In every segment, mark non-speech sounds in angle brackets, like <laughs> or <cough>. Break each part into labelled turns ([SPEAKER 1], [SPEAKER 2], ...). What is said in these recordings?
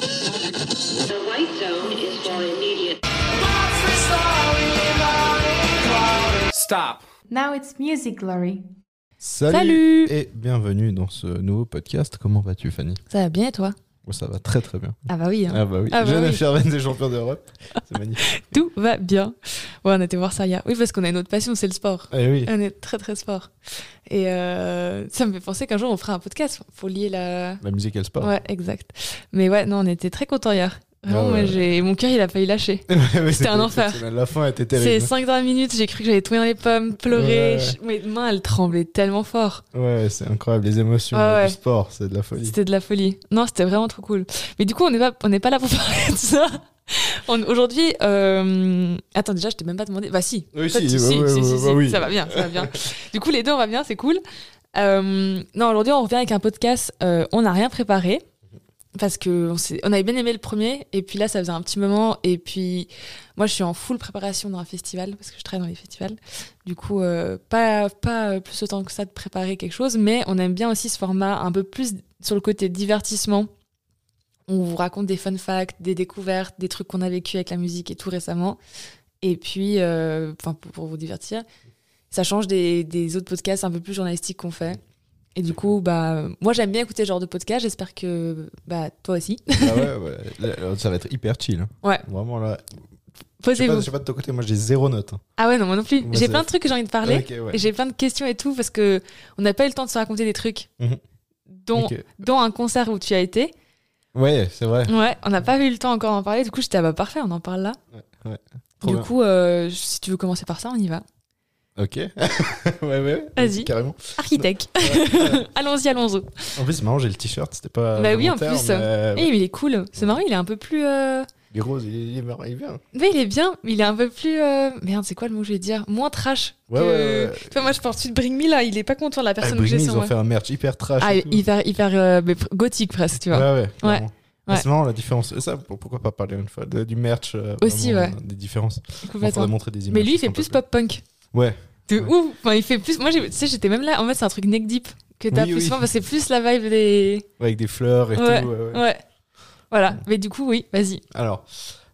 [SPEAKER 1] The white zone is for immediate.
[SPEAKER 2] Stop.
[SPEAKER 3] Now it's music glory.
[SPEAKER 4] Salut,
[SPEAKER 5] Salut
[SPEAKER 4] et bienvenue dans ce nouveau podcast. Comment vas-tu, Fanny
[SPEAKER 5] Ça va bien et toi
[SPEAKER 4] Oh, Ça va très très bien.
[SPEAKER 5] Ah bah oui, hein.
[SPEAKER 4] Ah bah oui,
[SPEAKER 5] Ah bah
[SPEAKER 4] Jeune
[SPEAKER 5] oui.
[SPEAKER 4] Sherman des champions d'Europe. C'est magnifique.
[SPEAKER 5] tout va bien. Ouais, on était voir ça hier. Oui, parce qu'on a une autre passion, c'est le sport.
[SPEAKER 4] Eh oui.
[SPEAKER 5] On est très très sport. Et euh, ça me fait penser qu'un jour on fera un podcast. Faut lier la.
[SPEAKER 4] La musique et le sport.
[SPEAKER 5] Ouais, exact. Mais ouais, non, on était très contents hier. Vraiment,
[SPEAKER 4] Ah ouais.
[SPEAKER 5] moi, j'ai mon cœur il a failli lâcher.
[SPEAKER 4] <laughs> Ouais, ouais,
[SPEAKER 5] C'était un enfer.
[SPEAKER 4] exceptionnel. La fin était
[SPEAKER 5] C'est
[SPEAKER 4] terrible.
[SPEAKER 5] 5 dernières minutes, j'ai cru que j'allais tomber dans les pommes, pleurer.
[SPEAKER 4] Ouais.
[SPEAKER 5] je- Mes mains elles tremblaient tellement fort.
[SPEAKER 4] Ouais, c'est incroyable. Les émotions
[SPEAKER 5] Ah ouais.
[SPEAKER 4] du sport, c'est de la folie.
[SPEAKER 5] C'était de la folie. Non, c'était vraiment trop cool. Mais du coup, on n'est pas, on n'est pas là pour <laughs> parler de ça. On- Aujourd'hui, euh, attends, déjà, je t'ai même pas demandé. Bah si.
[SPEAKER 4] Oui,
[SPEAKER 5] Pas de
[SPEAKER 4] si,
[SPEAKER 5] soucis,
[SPEAKER 4] ouais, ouais,
[SPEAKER 5] si, si,
[SPEAKER 4] ouais,
[SPEAKER 5] si,
[SPEAKER 4] bah oui.
[SPEAKER 5] ça va bien, ça va bien. du coup, les deux, on va bien, c'est cool. Euh, non, aujourd'hui, on revient avec un podcast. euh, on n'a rien préparé parce que on, s'est- on avait bien aimé le premier, et puis là, ça faisait un petit moment. Et puis, moi, je suis en full préparation dans un festival parce que je travaille dans les festivals. Du coup, euh, pas pas euh, plus autant que ça de préparer quelque chose, mais on aime bien aussi ce format un peu plus sur le côté divertissement. On vous raconte des fun facts, des découvertes, des trucs qu'on a vécu avec la musique et tout récemment. Et puis, euh, enfin, pour, pour vous divertir, ça change des, des autres podcasts un peu plus journalistiques qu'on fait. Et du coup, bah, moi, j'aime bien écouter ce genre de podcast. J'espère que bah, toi aussi. <laughs>
[SPEAKER 4] Ah ouais, ouais. Là, là, ça va être hyper chill. hein.
[SPEAKER 5] Ouais.
[SPEAKER 4] Vraiment là. Je sais, pas, je
[SPEAKER 5] Posez-vous.
[SPEAKER 4] sais pas de ton côté, moi j'ai zéro note. hein.
[SPEAKER 5] Ah ouais, non, moi non plus.
[SPEAKER 4] Moi,
[SPEAKER 5] J'ai
[SPEAKER 4] c'est-
[SPEAKER 5] plein de trucs que j'ai envie de parler.
[SPEAKER 4] Ok, ouais.
[SPEAKER 5] Et J'ai plein de questions et tout parce que on n'a pas eu le temps de se raconter des trucs.
[SPEAKER 4] Mhm.
[SPEAKER 5] Dont,
[SPEAKER 4] Ok.
[SPEAKER 5] dont un concert où tu as été.
[SPEAKER 4] Ouais, c'est vrai.
[SPEAKER 5] Ouais, on n'a pas eu le temps encore d'en parler. Du coup, j'étais, ah bah parfait, on en parle là.
[SPEAKER 4] Ouais. Trop
[SPEAKER 5] du
[SPEAKER 4] bien.
[SPEAKER 5] coup, euh, si tu veux commencer par ça, on y
[SPEAKER 4] <laughs>
[SPEAKER 5] va.
[SPEAKER 4] Ok. ouais, ouais, ouais.
[SPEAKER 5] Vas-y.
[SPEAKER 4] Carrément.
[SPEAKER 5] Architecte. <laughs> allons-y, allons-y.
[SPEAKER 4] En plus, c'est marrant, j'ai le t-shirt, c'était pas.
[SPEAKER 5] Bah oui, en
[SPEAKER 4] volontaire,
[SPEAKER 5] plus.
[SPEAKER 4] mais- euh,
[SPEAKER 5] Eh, mais il est cool. C'est marrant, il est un peu plus. euh,
[SPEAKER 4] Il est rose, il est, il est marrant, il est bien.
[SPEAKER 5] Mais il est bien, mais il est un peu plus. euh, Merde, c'est quoi le mot que je vais dire Moins trash.
[SPEAKER 4] Ouais,
[SPEAKER 5] que-
[SPEAKER 4] ouais, ouais.
[SPEAKER 5] Tu vois, moi, je pense tout de Bring Me là, il est pas content de la
[SPEAKER 4] Ah,
[SPEAKER 5] personne que
[SPEAKER 4] Britney,
[SPEAKER 5] j'ai
[SPEAKER 4] ils
[SPEAKER 5] sur
[SPEAKER 4] ont
[SPEAKER 5] moi.
[SPEAKER 4] fait un merch hyper trash.
[SPEAKER 5] Ah,
[SPEAKER 4] et tout.
[SPEAKER 5] hyper, hyper euh, mais pr- gothique presque, tu vois.
[SPEAKER 4] Ouais, ouais. clairement. Ah,
[SPEAKER 5] ouais.
[SPEAKER 4] C'est marrant la différence. Et ça, pour- pourquoi pas parler une fois de- du merch euh,
[SPEAKER 5] Aussi,
[SPEAKER 4] vraiment, Des différences. Il
[SPEAKER 5] Complètement.
[SPEAKER 4] faudrait montrer des images.
[SPEAKER 5] Mais lui, il
[SPEAKER 4] qui
[SPEAKER 5] fait
[SPEAKER 4] sont
[SPEAKER 5] plus
[SPEAKER 4] pas
[SPEAKER 5] pop punk.
[SPEAKER 4] Ouais.
[SPEAKER 5] De
[SPEAKER 4] Ouais.
[SPEAKER 5] ouf. Enfin, il fait plus. Moi, j'ai- tu sais, j'étais même là. En fait, c'est un truc neck deep que t'as
[SPEAKER 4] Oui,
[SPEAKER 5] plus
[SPEAKER 4] oui.
[SPEAKER 5] souvent parce que c'est plus la vibe des.
[SPEAKER 4] Ouais, Avec des fleurs et
[SPEAKER 5] Ouais,
[SPEAKER 4] tout. ouais, ouais.
[SPEAKER 5] Ouais. Voilà. Mais du coup, oui, vas-y.
[SPEAKER 4] Alors,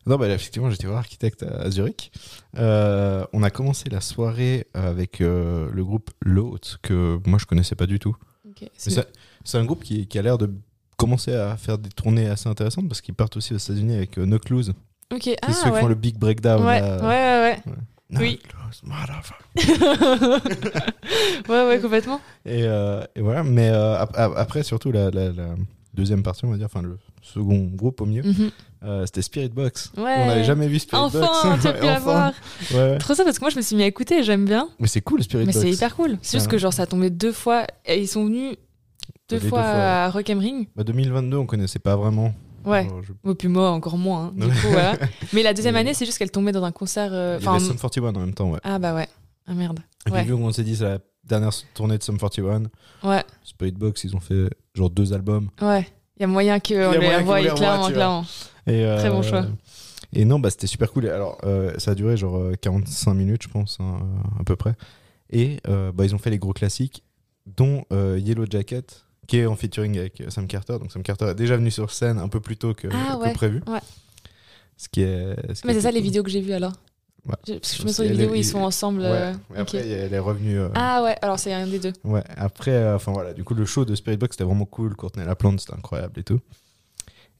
[SPEAKER 4] non, bah, effectivement, j'étais voir architecte à à Zurich. Euh, on a commencé la soirée avec euh, le groupe L'Hôte, que moi je connaissais pas du tout. Mais ça- C'est un groupe qui, qui a l'air de commencer à faire des tournées assez intéressantes parce qu'ils partent aussi aux États-Unis avec euh, No Clues. C'est
[SPEAKER 5] Ok. Ah,
[SPEAKER 4] ceux qui
[SPEAKER 5] ouais.
[SPEAKER 4] font le Big Breakdown.
[SPEAKER 5] ouais.
[SPEAKER 4] là.
[SPEAKER 5] ouais, ouais,
[SPEAKER 4] No
[SPEAKER 5] Oui.
[SPEAKER 4] Clues, motherfucker.
[SPEAKER 5] ouais. ouais, <laughs> ouais, complètement.
[SPEAKER 4] Et, euh, et voilà, mais euh, ap- ap- après, surtout la, la- la deuxième partie, on va dire, enfin le second groupe au mieux,
[SPEAKER 5] Mhm.
[SPEAKER 4] euh, c'était Spirit Box.
[SPEAKER 5] Ouais.
[SPEAKER 4] On n'avait jamais vu Spirit Box.
[SPEAKER 5] Enfin, tu as pu
[SPEAKER 4] Ouais,
[SPEAKER 5] la voir.
[SPEAKER 4] Ouais, ouais.
[SPEAKER 5] Trop ça parce que moi, je me suis mis à écouter. J'aime bien.
[SPEAKER 4] Mais c'est cool, Spirit
[SPEAKER 5] Mais
[SPEAKER 4] Box.
[SPEAKER 5] c'est hyper cool. C'est juste
[SPEAKER 4] Ouais.
[SPEAKER 5] que genre, ça a tombé deux fois. Et ils sont venus deux
[SPEAKER 4] Les deux
[SPEAKER 5] fois
[SPEAKER 4] fois, ouais.
[SPEAKER 5] à Rock'n'Ring.
[SPEAKER 4] Bah, 2022, on connaissait pas vraiment.
[SPEAKER 5] Ouais.
[SPEAKER 4] Alors, je-
[SPEAKER 5] Au moi encore moins. hein. Du
[SPEAKER 4] Ouais. <laughs>
[SPEAKER 5] coup, voilà. Mais la deuxième
[SPEAKER 4] Mais-
[SPEAKER 5] année, c'est juste qu'elle tombait dans un concert. euh,
[SPEAKER 4] Il y avait
[SPEAKER 5] enfin,
[SPEAKER 4] Sum 41 en même temps, ouais.
[SPEAKER 5] ah bah ouais. Ah merde.
[SPEAKER 4] Et
[SPEAKER 5] Ouais.
[SPEAKER 4] puis, vu qu'on s'est dit, c'est la dernière tournée de Sum 41,
[SPEAKER 5] Ouais,
[SPEAKER 4] Spirit Box, ils ont fait genre deux albums.
[SPEAKER 5] ouais. Il y a moyen
[SPEAKER 4] y a
[SPEAKER 5] qu'on les
[SPEAKER 4] moyen qu'on
[SPEAKER 5] revoie,
[SPEAKER 4] les revoie,
[SPEAKER 5] clairement,
[SPEAKER 4] tu vois.
[SPEAKER 5] clairement.
[SPEAKER 4] Et, euh,
[SPEAKER 5] Très bon choix.
[SPEAKER 4] Et non, bah, c'était super cool. Et Alors, euh, ça a duré genre euh, 45 minutes, je pense, hein, euh, à peu près. Et euh, bah, ils ont fait les gros classiques, dont euh, Yellow Jacket, qui est en featuring avec euh, Sam Carter. Donc, Sam Carter est déjà venu sur scène un peu plus tôt que,
[SPEAKER 5] Ah
[SPEAKER 4] que
[SPEAKER 5] ouais,
[SPEAKER 4] prévu.
[SPEAKER 5] ouais.
[SPEAKER 4] Ce qui est. ce qui
[SPEAKER 5] Mais c'est
[SPEAKER 4] était
[SPEAKER 5] ça les
[SPEAKER 4] cool.
[SPEAKER 5] vidéos que j'ai vues alors.
[SPEAKER 4] Ouais.
[SPEAKER 5] Je- Parce que je me
[SPEAKER 4] C'est
[SPEAKER 5] souviens des
[SPEAKER 4] les-
[SPEAKER 5] vidéos où ils
[SPEAKER 4] les-
[SPEAKER 5] sont ensemble.
[SPEAKER 4] Ouais.
[SPEAKER 5] euh,
[SPEAKER 4] Et
[SPEAKER 5] ok.
[SPEAKER 4] Après, il y a- elle est revenue. euh,
[SPEAKER 5] Ah ouais, alors c'est un des deux.
[SPEAKER 4] Ouais, après, euh, enfin voilà, du coup, le show de Spirit Box c'était vraiment cool. Courtney Laplante, c'était incroyable et tout.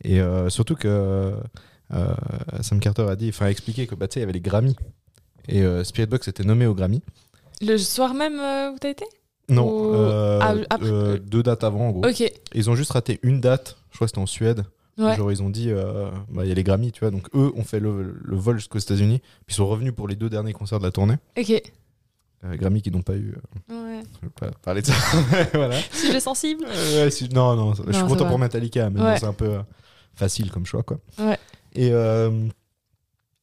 [SPEAKER 4] Et euh, surtout que euh, Sam Carter a dit, enfin, a expliqué que bah, tu sais, il y avait les Grammy. Et euh, Spirit Box était nommé aux Grammy.
[SPEAKER 5] Le soir même euh, où t'as été
[SPEAKER 4] Non,
[SPEAKER 5] Oh,
[SPEAKER 4] euh,
[SPEAKER 5] ah, après-
[SPEAKER 4] euh, deux dates avant, en gros.
[SPEAKER 5] Ok,
[SPEAKER 4] Ils ont juste raté une date, je crois que c'était en Suède.
[SPEAKER 5] ouais.
[SPEAKER 4] Genre, ils ont dit, euh, bah, il y a les Grammy, tu vois. Donc, eux ont fait le, le vol jusqu'aux États-Unis. Puis, ils sont revenus pour les deux derniers concerts de la tournée.
[SPEAKER 5] Ok.
[SPEAKER 4] Euh, Grammy qui n'ont pas eu. euh,
[SPEAKER 5] Ouais.
[SPEAKER 4] je vais pas parler de ça. <laughs> voilà.
[SPEAKER 5] Sujet sensible.
[SPEAKER 4] Euh, ouais, si- non, non, je suis
[SPEAKER 5] ça
[SPEAKER 4] content
[SPEAKER 5] va.
[SPEAKER 4] pour Metallica, mais bon,
[SPEAKER 5] Ouais.
[SPEAKER 4] c'est un peu euh, facile comme choix, quoi.
[SPEAKER 5] Ouais.
[SPEAKER 4] Et euh,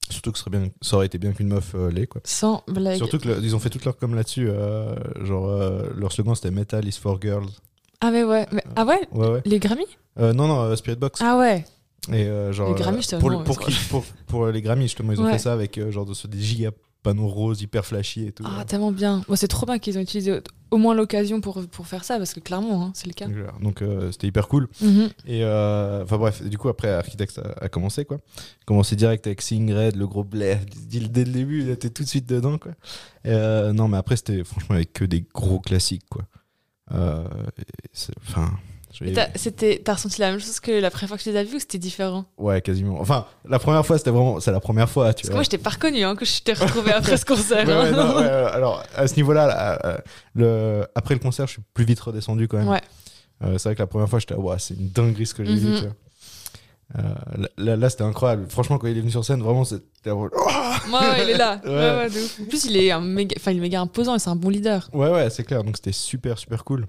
[SPEAKER 4] surtout que ce serait bien, ça aurait été bien qu'une meuf euh, l'ait, quoi.
[SPEAKER 5] Sans blague.
[SPEAKER 4] Surtout qu'ils ont fait toute leur com là-dessus. euh, genre, euh, leur slogan c'était Metal is for girls.
[SPEAKER 5] Ah mais ouais.
[SPEAKER 4] Euh.
[SPEAKER 5] mais- Ah ouais
[SPEAKER 4] Ouais, ouais.
[SPEAKER 5] Les Grammy
[SPEAKER 4] Euh, non, non, euh, Spirit Box.
[SPEAKER 5] Ah ouais.
[SPEAKER 4] Et euh, genre,
[SPEAKER 5] Les Grammy,
[SPEAKER 4] euh,
[SPEAKER 5] je t'avoue,
[SPEAKER 4] pour,
[SPEAKER 5] ouais,
[SPEAKER 4] pour,
[SPEAKER 5] ça
[SPEAKER 4] qui- pour- pour les Grammy, justement, ils ont
[SPEAKER 5] Ouais.
[SPEAKER 4] fait ça avec euh, genre de- sur des giga panneaux roses hyper flashy et tout.
[SPEAKER 5] Ah, tellement bien. Moi, c'est trop bien qu'ils ont utilisé au- au moins l'occasion pour, pour faire ça, parce que clairement, hein, c'est le cas.
[SPEAKER 4] Genre, Donc euh, c'était hyper cool.
[SPEAKER 5] Mhm.
[SPEAKER 4] Et euh, enfin bref, du coup après Architects a, a commencé quoi. Commencé direct avec Sing Red, le gros blair, dès le dès le début, il était tout de suite dedans quoi. Et, euh, non mais après c'était franchement avec que des gros classiques quoi. Euh, et c'est- Enfin. je vais-
[SPEAKER 5] Et t'as- c'était- T'as ressenti la même chose que la première fois que je les ai vus ou c'était différent
[SPEAKER 4] Ouais, quasiment. Enfin, la première fois, c'était vraiment. C'est la première fois, tu
[SPEAKER 5] Parce que
[SPEAKER 4] vois.
[SPEAKER 5] moi, je t'ai pas reconnu hein, que je t'ai retrouvé après ce concert.
[SPEAKER 4] Ouais, ouais,
[SPEAKER 5] hein.
[SPEAKER 4] non, ouais, ouais. alors, à ce niveau-là, là, euh, le... après le concert, je suis plus vite redescendu quand même.
[SPEAKER 5] Ouais.
[SPEAKER 4] Euh, c'est vrai que la première fois, j'étais, Ouah, c'est une dinguerie ce que j'ai vu.
[SPEAKER 5] Mhm.
[SPEAKER 4] tu vois. Euh, là- là, là, c'était incroyable. Franchement, quand il est venu sur scène, vraiment, c'était. Ouah
[SPEAKER 5] <laughs> Moi, ouais, il est là.
[SPEAKER 4] Ouais.
[SPEAKER 5] Ouais, ouais, de ouf. En plus, il est, un méga... enfin, il est méga imposant et c'est un bon leader.
[SPEAKER 4] Ouais, ouais, c'est clair. Donc, c'était super, super cool.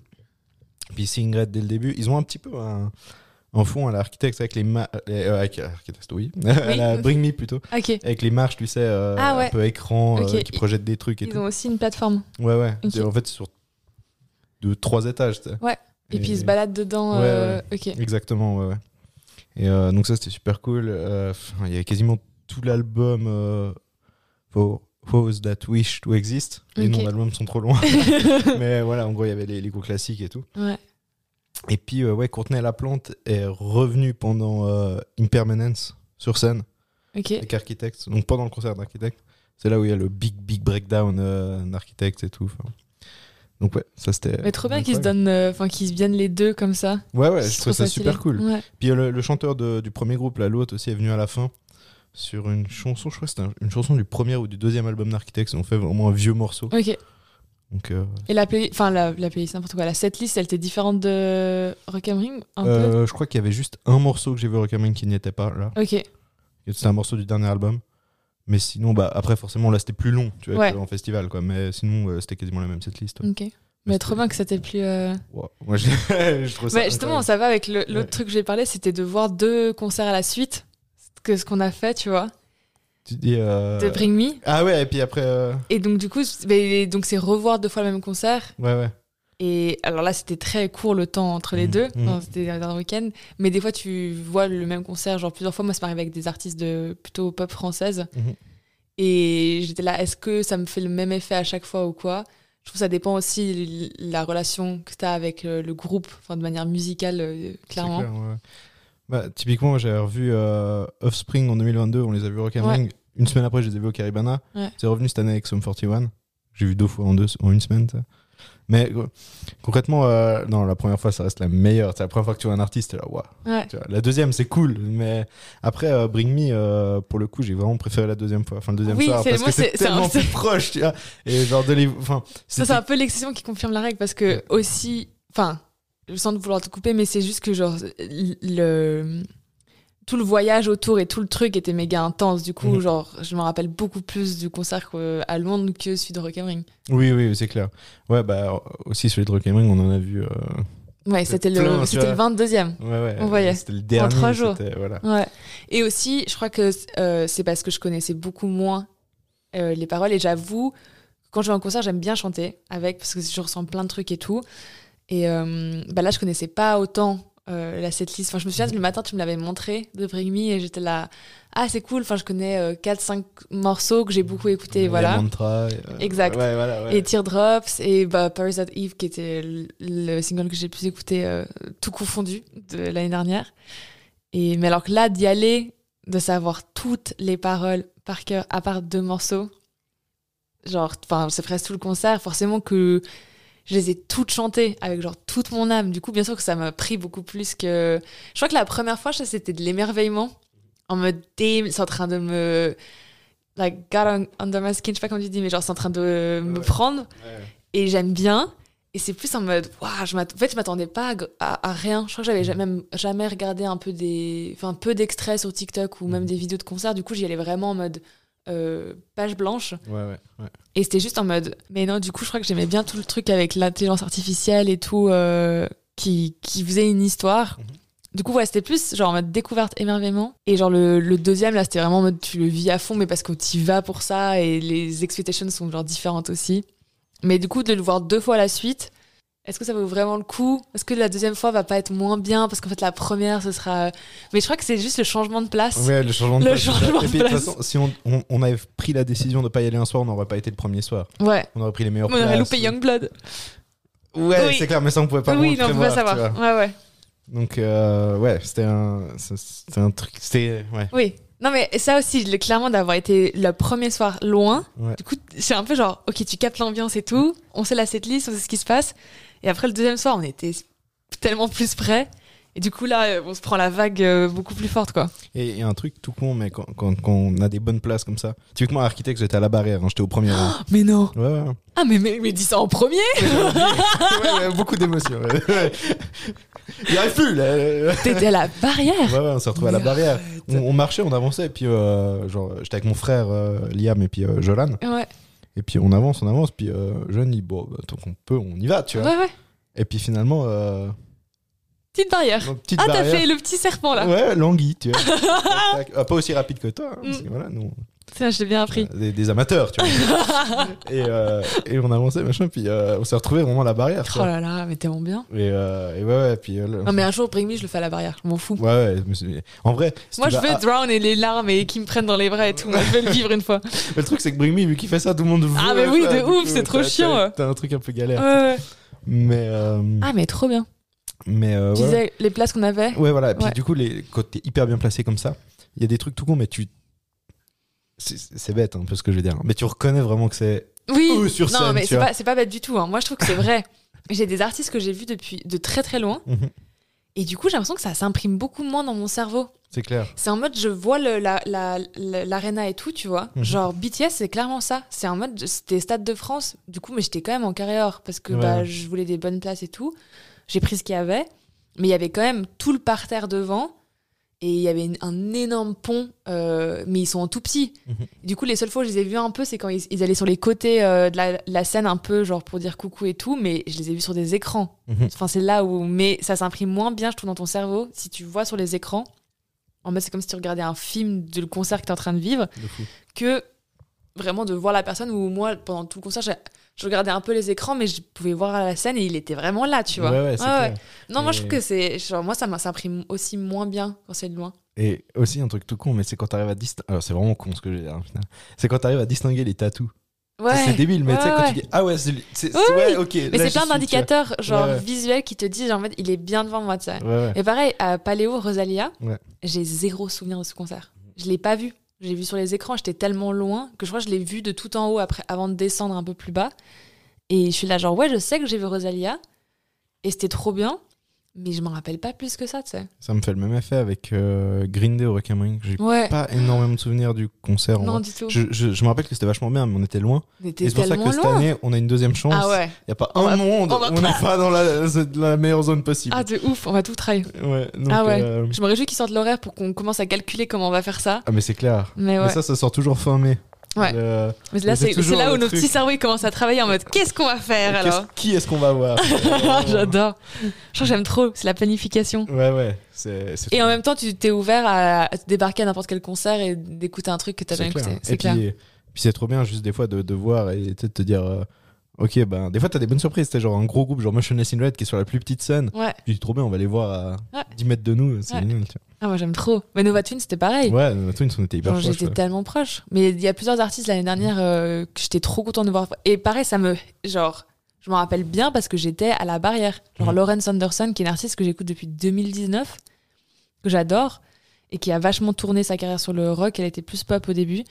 [SPEAKER 4] Puis, Sing Red, dès le début, ils ont un petit peu un, un fond à l'architecte avec les. ma- les- euh, avec l'architecte, oui. à <laughs> la Bring Me plutôt.
[SPEAKER 5] Ok.
[SPEAKER 4] Avec les marches, tu sais, euh,
[SPEAKER 5] Ah ouais.
[SPEAKER 4] un peu écran, euh,
[SPEAKER 5] Ok.
[SPEAKER 4] qui projettent des trucs et tout.
[SPEAKER 5] Ils ont aussi une plateforme.
[SPEAKER 4] Ouais, ouais.
[SPEAKER 5] Ok.
[SPEAKER 4] C'est- En fait, c'est sur deux, trois étages. tu sais.
[SPEAKER 5] Ouais. Et, puis, ils se baladent dedans.
[SPEAKER 4] Ouais,
[SPEAKER 5] euh, Ok.
[SPEAKER 4] Exactement, ouais, ouais. Et euh, donc, ça, c'était super cool. Euh, pff, Il y avait quasiment tout l'album euh, for Those That Wish to Exist. Les
[SPEAKER 5] Ok.
[SPEAKER 4] noms d'albums sont trop
[SPEAKER 5] <laughs>
[SPEAKER 4] loin. <laughs> Mais voilà, en gros, il y avait les, les gros classiques et tout.
[SPEAKER 5] Ouais.
[SPEAKER 4] Et puis, euh, ouais, Courtenay Laplante est revenu pendant euh, Impermanence sur scène
[SPEAKER 5] Ok.
[SPEAKER 4] avec Architects. Donc, pendant le concert d'Architects. C'est là où il y a le big, big breakdown euh, d'Architects et tout. Enfin, Donc, ouais, ça c'était.
[SPEAKER 5] Mais trop bien qu'ils se
[SPEAKER 4] incroyable.
[SPEAKER 5] donnent, euh, enfin qu'ils se viennent les deux comme ça.
[SPEAKER 4] Ouais, ouais,
[SPEAKER 5] C'est
[SPEAKER 4] je
[SPEAKER 5] trop Mm.
[SPEAKER 4] trouve ça
[SPEAKER 5] stylé.
[SPEAKER 4] super cool.
[SPEAKER 5] Ouais.
[SPEAKER 4] Puis euh, le, le chanteur de- du premier groupe, là, l'autre aussi, est venu à la fin sur une chanson, je crois que c'était un- une chanson du premier ou du deuxième album d'Architects. On fait vraiment un vieux morceau.
[SPEAKER 5] Ok.
[SPEAKER 4] Donc, euh,
[SPEAKER 5] Et la playlist, enfin la, la playlist, n'importe quoi. La setlist, elle était différente de Rock and Ring un
[SPEAKER 4] euh, je crois qu'il y avait juste un morceau que j'ai vu au Rock'n'Roll qui n'y était pas là.
[SPEAKER 5] peu. Ok.
[SPEAKER 4] C'était un morceau du dernier album. Mais sinon, bah, après, forcément, là, c'était plus long tu vois,
[SPEAKER 5] Ouais.
[SPEAKER 4] que en festival. Quoi. Mais sinon, euh, c'était quasiment la même setlist. ouais.
[SPEAKER 5] Ok. Mais trop bien que c'était plus. euh,
[SPEAKER 4] Wow. Moi, je, <laughs> je trouve ça.
[SPEAKER 5] Mais justement,
[SPEAKER 4] incroyable.
[SPEAKER 5] ça va avec le- l'autre
[SPEAKER 4] Ouais.
[SPEAKER 5] truc que j'ai parlé, c'était de voir deux concerts à la suite que ce qu'on a fait, tu vois,
[SPEAKER 4] Tu dis. euh,
[SPEAKER 5] de Bring Me.
[SPEAKER 4] Ah ouais, et puis après. euh,
[SPEAKER 5] Et donc du coup, c'est- mais- donc c'est revoir deux fois le même concert.
[SPEAKER 4] Ouais, ouais.
[SPEAKER 5] Et alors là, c'était très court le temps entre les
[SPEAKER 4] Mhm.
[SPEAKER 5] deux.
[SPEAKER 4] Mhm.
[SPEAKER 5] Enfin, C'était dans un week-end. Mais des fois, tu vois le même concert, genre plusieurs fois. Moi, ça m'arrive avec des artistes de plutôt pop française.
[SPEAKER 4] Mhm.
[SPEAKER 5] Et j'étais là, est-ce que ça me fait le même effet à chaque fois ou quoi Je trouve que ça dépend aussi de la relation que tu as avec euh, le groupe, enfin, de manière musicale, euh, clairement.
[SPEAKER 4] C'est clair, ouais. Bah, typiquement, j'avais revu euh, Offspring en 2022, on les a vus au Rock am
[SPEAKER 5] Ouais.
[SPEAKER 4] Ring. Une semaine après, je les ai vus au Caribana.
[SPEAKER 5] Ouais.
[SPEAKER 4] C'est revenu cette année avec Sum 41. J'ai vu deux fois en, deux, en une semaine. ça. Mais euh, concrètement, euh, non, la première fois, ça reste la meilleure. C'est la première fois que tu vois un artiste, t'es là, waouh.
[SPEAKER 5] Ouais.
[SPEAKER 4] Tu vois, La deuxième, c'est cool. Mais après, euh, Bring Me, euh, pour le coup, j'ai vraiment préféré la deuxième fois. Enfin, le deuxième
[SPEAKER 5] Oui,
[SPEAKER 4] soir,
[SPEAKER 5] c'est-
[SPEAKER 4] parce
[SPEAKER 5] moi,
[SPEAKER 4] que c'est
[SPEAKER 5] c'est- c'est un-
[SPEAKER 4] tellement plus proche. Tu vois. Et genre, de les. Enfin,
[SPEAKER 5] Ça, c'est un peu l'exception qui confirme la règle parce que
[SPEAKER 4] Ouais.
[SPEAKER 5] aussi, enfin, sans vouloir te couper, mais c'est juste que genre le tout le voyage autour et tout le truc était méga intense. Du coup,
[SPEAKER 4] Mhm.
[SPEAKER 5] genre, je me rappelle beaucoup plus du concert qu'au- à Londres que celui de Rock'n'Ring.
[SPEAKER 4] Oui, oui, c'est clair. Ouais, bah, aussi, sur les Rock am Ring, on en a vu. euh,
[SPEAKER 5] Ouais,
[SPEAKER 4] C'est
[SPEAKER 5] c'était
[SPEAKER 4] plein,
[SPEAKER 5] le
[SPEAKER 4] tu
[SPEAKER 5] c'était le
[SPEAKER 4] vois.
[SPEAKER 5] 22e.
[SPEAKER 4] Ouais, ouais.
[SPEAKER 5] On voyait.
[SPEAKER 4] C'était le dernier.
[SPEAKER 5] trois jours.
[SPEAKER 4] c'était- Voilà.
[SPEAKER 5] Ouais. Et aussi, je crois que euh, c'est parce que je connaissais beaucoup moins euh, les paroles. Et j'avoue, quand je vais en concert, j'aime bien chanter avec, parce que je ressens plein de trucs et tout. Et euh, bah là, je connaissais pas autant euh, la setlist. Enfin, je me souviens, le matin, tu me l'avais montré de Bring Me, et j'étais là, ah, c'est cool. Enfin, je connais 4-5 morceaux que j'ai beaucoup écoutés,
[SPEAKER 4] Les
[SPEAKER 5] voilà.
[SPEAKER 4] mantras, et, euh,
[SPEAKER 5] Exact.
[SPEAKER 4] ouais, voilà, ouais.
[SPEAKER 5] Et Teardrops et bah, Paris That Eve qui était le- le single que j'ai le plus écouté euh, tout confondu de l'année dernière. Et mais alors que là d'y aller, de savoir toutes les paroles par cœur à part deux morceaux, genre enfin c'est presque tout le concert, forcément que je les ai toutes chantées avec genre toute mon âme. Du coup bien sûr que ça m'a pris beaucoup plus que je crois que la première fois ça c'était de l'émerveillement en mode damn, c'est en train de me like got on- under my skin, je sais pas comment tu dis, mais genre c'est en train de me
[SPEAKER 4] Ouais.
[SPEAKER 5] prendre
[SPEAKER 4] Ouais.
[SPEAKER 5] et j'aime bien. Et c'est plus en mode, waouh, je m'att- en fait, je m'attendais pas à, gr- à- à rien. Je crois que j'avais ja- même jamais regardé un peu des, enfin, peu d'extraits sur TikTok ou même des vidéos de concerts. Du coup, j'y allais vraiment en mode euh, page blanche.
[SPEAKER 4] Ouais, ouais, ouais.
[SPEAKER 5] Et c'était juste en mode, mais non, du coup, je crois que j'aimais bien tout le truc avec l'intelligence artificielle et tout, euh, qui, qui faisait une histoire.
[SPEAKER 4] Mhm.
[SPEAKER 5] Du coup, ouais, c'était plus genre en mode découverte, émerveillement. Et genre le, le deuxième, là, c'était vraiment en mode tu le vis à fond, mais parce que tu vas pour ça et les expectations sont genre différentes aussi. Mais du coup, de le voir deux fois à la suite, Est-ce que ça vaut vraiment le coup Est-ce que la deuxième fois va pas être moins bien Parce qu'en fait, la première, ce sera. Mais je crois que c'est juste le changement de place.
[SPEAKER 4] Ouais, le changement de
[SPEAKER 5] Le
[SPEAKER 4] place. c'est ça.
[SPEAKER 5] changement de
[SPEAKER 4] Et puis, de toute
[SPEAKER 5] place.
[SPEAKER 4] façon, si on, on- on avait pris la décision de pas y aller un soir, on n'aurait pas été le premier soir.
[SPEAKER 5] Ouais.
[SPEAKER 4] On aurait pris les meilleurs
[SPEAKER 5] On aurait loupé Youngblood.
[SPEAKER 4] Ouais,
[SPEAKER 5] Oui.
[SPEAKER 4] c'est clair, mais ça, on pouvait pas
[SPEAKER 5] oui,
[SPEAKER 4] vraiment
[SPEAKER 5] non, on
[SPEAKER 4] le
[SPEAKER 5] peut pas
[SPEAKER 4] prévoir, tu
[SPEAKER 5] savoir. Ouais, ouais.
[SPEAKER 4] vois. Donc, euh, ouais, c'était un, c'est- c'était un truc. C'était. Ouais.
[SPEAKER 5] Oui. Non, mais ça aussi, le- clairement, d'avoir été le premier soir loin,
[SPEAKER 4] Ouais.
[SPEAKER 5] du coup, c'est un peu genre, ok, tu captes l'ambiance et tout, on sait la setlist, on sait ce qui se passe. Et après, le deuxième soir, on était tellement plus près. Et du coup, là, euh, on se prend la vague euh, beaucoup plus forte, quoi.
[SPEAKER 4] Et il y a un truc tout con, mais quand, quand- quand on a des bonnes places comme ça. Typiquement, architecte, j'étais à la barrière, hein, j'étais au premier
[SPEAKER 5] <gasps>
[SPEAKER 4] rang.
[SPEAKER 5] Mais non
[SPEAKER 4] Ouais, ouais.
[SPEAKER 5] Ah, mais, mais, mais dis ça en premier
[SPEAKER 4] Ouais, ouais, beaucoup d'émotions. ouais, ouais. J'y arrive plus, là. Ouais,
[SPEAKER 5] T'étais à la barrière
[SPEAKER 4] ouais, on s'est retrouvés à la
[SPEAKER 5] Mais
[SPEAKER 4] barrière.
[SPEAKER 5] arrête.
[SPEAKER 4] On, on marchait, on avançait, et puis, euh, genre, j'étais avec mon frère euh, Liam et puis euh, Jolan.
[SPEAKER 5] Ouais,
[SPEAKER 4] Et puis on avance, on avance, puis euh, Jeanne dit bon, bah, tant qu'on peut, on y va, tu
[SPEAKER 5] ouais,
[SPEAKER 4] vois.
[SPEAKER 5] ouais.
[SPEAKER 4] Et puis finalement, euh,
[SPEAKER 5] Petite barrière.
[SPEAKER 4] donc, petite
[SPEAKER 5] Ah, t'as
[SPEAKER 4] barrière.
[SPEAKER 5] fait le petit serpent, là.
[SPEAKER 4] Ouais, languille, tu
[SPEAKER 5] <laughs>
[SPEAKER 4] vois. Tac, tac. Ah, pas aussi rapide que toi, hein, parce
[SPEAKER 5] Mm.
[SPEAKER 4] que voilà, nous,
[SPEAKER 5] Tiens, je l'ai bien appris.
[SPEAKER 4] euh, des, des amateurs, tu vois.
[SPEAKER 5] <laughs>
[SPEAKER 4] et, euh, et on avançait, machin, puis euh, on s'est retrouvés vraiment à la barrière. tu
[SPEAKER 5] Oh
[SPEAKER 4] vois.
[SPEAKER 5] là là, mais tellement bien.
[SPEAKER 4] Et, euh, et ouais, ouais, puis. euh, le-
[SPEAKER 5] Non, mais un jour, Bring Me, je le fais à la barrière, je m'en fous.
[SPEAKER 4] Ouais, Bah, ah. ouais, mais c'est- en vrai, si
[SPEAKER 5] Ah, Moi,
[SPEAKER 4] tu
[SPEAKER 5] je
[SPEAKER 4] vas
[SPEAKER 5] veux
[SPEAKER 4] à-
[SPEAKER 5] drown et les larmes et qu'ils me prennent dans les bras et tout. Moi, je veux le vivre une fois.
[SPEAKER 4] mais le truc, c'est que Bring Me, vu qu'il fait ça, tout le monde veut.
[SPEAKER 5] Ah, mais
[SPEAKER 4] euh,
[SPEAKER 5] oui,
[SPEAKER 4] ça,
[SPEAKER 5] de
[SPEAKER 4] du
[SPEAKER 5] ouf,
[SPEAKER 4] coup,
[SPEAKER 5] c'est trop
[SPEAKER 4] t'as-
[SPEAKER 5] chiant,
[SPEAKER 4] t'as-
[SPEAKER 5] ouais.
[SPEAKER 4] T'as un truc un peu galère.
[SPEAKER 5] Ouais, ouais.
[SPEAKER 4] Mais. euh,
[SPEAKER 5] Ah, mais trop bien.
[SPEAKER 4] mais euh,
[SPEAKER 5] Tu
[SPEAKER 4] ouais,
[SPEAKER 5] disais les places qu'on avait.
[SPEAKER 4] Ouais, voilà. Puis
[SPEAKER 5] Ouais.
[SPEAKER 4] du coup, les, quand t'es hyper bien placé comme ça, il y a des trucs tout con, mais tu. C'est c'est bête un peu ce que je veux dire. hein. Mais tu reconnais vraiment que c'est. <laughs>
[SPEAKER 5] Oui.
[SPEAKER 4] Eux Oh, sur
[SPEAKER 5] non,
[SPEAKER 4] scène,
[SPEAKER 5] mais
[SPEAKER 4] tu
[SPEAKER 5] c'est
[SPEAKER 4] vois.
[SPEAKER 5] pas, c'est pas bête du tout. hein. Moi, je trouve que c'est vrai. <laughs> J'ai des artistes que j'ai vus depuis de très très loin.
[SPEAKER 4] Mhm.
[SPEAKER 5] Et du coup, j'ai l'impression que ça s'imprime beaucoup moins dans mon cerveau.
[SPEAKER 4] C'est clair.
[SPEAKER 5] C'est en mode, je vois le- la- la- la- l'arena et tout, tu vois.
[SPEAKER 4] Mhm.
[SPEAKER 5] Genre, BTS, c'est clairement ça. C'est en mode, c'était Stade de France. Du coup, mais j'étais quand même en carrière parce que
[SPEAKER 4] Ouais.
[SPEAKER 5] bah, je voulais des bonnes places et tout. J'ai pris ce qu'il y avait. Mais il y avait quand même tout le parterre devant. Et il y avait une- un énorme pont, euh, mais ils sont en tout petit.
[SPEAKER 4] Mhm.
[SPEAKER 5] Du coup, les seules fois où je les ai vus un peu, c'est quand ils, ils allaient sur les côtés euh, de la, la scène un peu, genre pour dire coucou et tout, mais je les ai vus sur des écrans.
[SPEAKER 4] Mhm.
[SPEAKER 5] Enfin, c'est là où. Mais ça s'imprime moins bien, je trouve, dans ton cerveau. Si tu vois sur les écrans, en mode, c'est comme si tu regardais un film de le concert que tu es en train de vivre,
[SPEAKER 4] De fou.
[SPEAKER 5] que vraiment de voir la personne où moi, pendant tout le concert, j'ai- je, regardais un peu les écrans, mais je pouvais voir la scène et il était vraiment là, tu vois.
[SPEAKER 4] Ouais, ouais, c'est
[SPEAKER 5] Ouais, ouais.
[SPEAKER 4] clair.
[SPEAKER 5] Non, moi, je
[SPEAKER 4] Et-
[SPEAKER 5] trouve que c'est. Genre, moi, ça m'a- ça imprime aussi moins bien quand c'est de loin.
[SPEAKER 4] Et aussi, un truc tout con, mais c'est quand t'arrives à distinguer. Alors, c'est vraiment con ce que j'ai dit. hein, putain. C'est quand t'arrives à distinguer les tatous. Ça,
[SPEAKER 5] Ouais.
[SPEAKER 4] C'est débile, mais tu sais,
[SPEAKER 5] Ouais,
[SPEAKER 4] quand
[SPEAKER 5] ouais.
[SPEAKER 4] tu dis Ah ouais, c'est. c'est-
[SPEAKER 5] Oui,
[SPEAKER 4] ouais,
[SPEAKER 5] oui.
[SPEAKER 4] ok.
[SPEAKER 5] Mais c'est plein d'indicateurs, genre
[SPEAKER 4] Ouais, ouais.
[SPEAKER 5] visuels, qui te disent, en fait, il est bien devant moi, tu sais.
[SPEAKER 4] Ouais, ouais.
[SPEAKER 5] Et pareil, à Paléo, Rosalia,
[SPEAKER 4] Ouais.
[SPEAKER 5] j'ai zéro souvenir de ce concert. Je l'ai pas vu. J'ai vu sur les écrans, j'étais tellement loin que je crois que je l'ai vu de tout en haut après, avant de descendre un peu plus bas. Et je suis là, genre, ouais, je sais que j'ai vu Rosalia et c'était trop bien, mais je m'en rappelle pas plus que ça, tu sais.
[SPEAKER 4] Ça me fait le même effet avec euh, Green Day au Requiem J'ai
[SPEAKER 5] Ouais,
[SPEAKER 4] pas énormément de souvenirs du concert. en
[SPEAKER 5] non,
[SPEAKER 4] vrai.
[SPEAKER 5] du tout.
[SPEAKER 4] je, je- je me rappelle que c'était vachement bien, mais on était loin.
[SPEAKER 5] On était
[SPEAKER 4] Et c'est pour ça que
[SPEAKER 5] tellement
[SPEAKER 4] cette
[SPEAKER 5] loin.
[SPEAKER 4] année, on a une deuxième chance.
[SPEAKER 5] Ah ouais,
[SPEAKER 4] Il n'y a pas
[SPEAKER 5] On
[SPEAKER 4] un
[SPEAKER 5] va-
[SPEAKER 4] monde
[SPEAKER 5] on va
[SPEAKER 4] où on n'est pas dans la, la meilleure zone possible.
[SPEAKER 5] ah de ouf, on va tout try.
[SPEAKER 4] Ouais, donc,
[SPEAKER 5] Ah ouais.
[SPEAKER 4] euh,
[SPEAKER 5] Je me réjouis qu'ils sortent l'horaire pour qu'on commence à calculer comment on va faire ça.
[SPEAKER 4] ah, mais c'est clair.
[SPEAKER 5] Mais ouais.
[SPEAKER 4] Mais ça, ça sort toujours fin mai. Euh,
[SPEAKER 5] Ouais.
[SPEAKER 4] Le-
[SPEAKER 5] Mais là,
[SPEAKER 4] Mais c'est
[SPEAKER 5] c'est c'est
[SPEAKER 4] toujours
[SPEAKER 5] là où
[SPEAKER 4] le
[SPEAKER 5] nos
[SPEAKER 4] truc.
[SPEAKER 5] petits cerveaux ils commencent à travailler en mode qu'est-ce qu'on va faire
[SPEAKER 4] Qu'est-ce-
[SPEAKER 5] alors
[SPEAKER 4] Qui est-ce qu'on va voir
[SPEAKER 5] <laughs> Ah,
[SPEAKER 4] Oh.
[SPEAKER 5] J'adore. Je crois que j'aime trop, c'est la planification.
[SPEAKER 4] Ouais, ouais. C'est, c'est-
[SPEAKER 5] Et en même temps, tu t'es ouvert à, à te débarquer à n'importe quel concert et d'écouter un truc que t'as
[SPEAKER 4] c'est
[SPEAKER 5] jamais
[SPEAKER 4] clair.
[SPEAKER 5] écouté.
[SPEAKER 4] Et
[SPEAKER 5] C'est clair.
[SPEAKER 4] puis, puis c'est trop bien, juste des fois, de, de voir et de te dire. euh, Ok, ben, des fois, t'as des bonnes surprises. T'es genre un gros groupe, genre Motionless in Red, qui est sur la plus petite scène.
[SPEAKER 5] Ouais,
[SPEAKER 4] Tu dis, trop bien, on va les voir à
[SPEAKER 5] Ouais.
[SPEAKER 4] 10 mètres de nous. C'est
[SPEAKER 5] Ouais.
[SPEAKER 4] génial. tu
[SPEAKER 5] ah, moi j'aime trop. Mais Nova Tune, c'était pareil.
[SPEAKER 4] vois. Ouais, nos Twins, on était hyper
[SPEAKER 5] Genre,
[SPEAKER 4] proches.
[SPEAKER 5] j'étais tellement proche. Mais il y a plusieurs artistes l'année dernière euh, que j'étais trop contente de voir. Et pareil, ça me. Genre, je m'en rappelle bien parce que j'étais à la barrière. Genre,
[SPEAKER 4] Mhm.
[SPEAKER 5] Lauren Sanderson, qui est une artiste que j'écoute depuis 2019, que j'adore, et qui a vachement tourné sa carrière sur le rock. Elle était plus pop au début.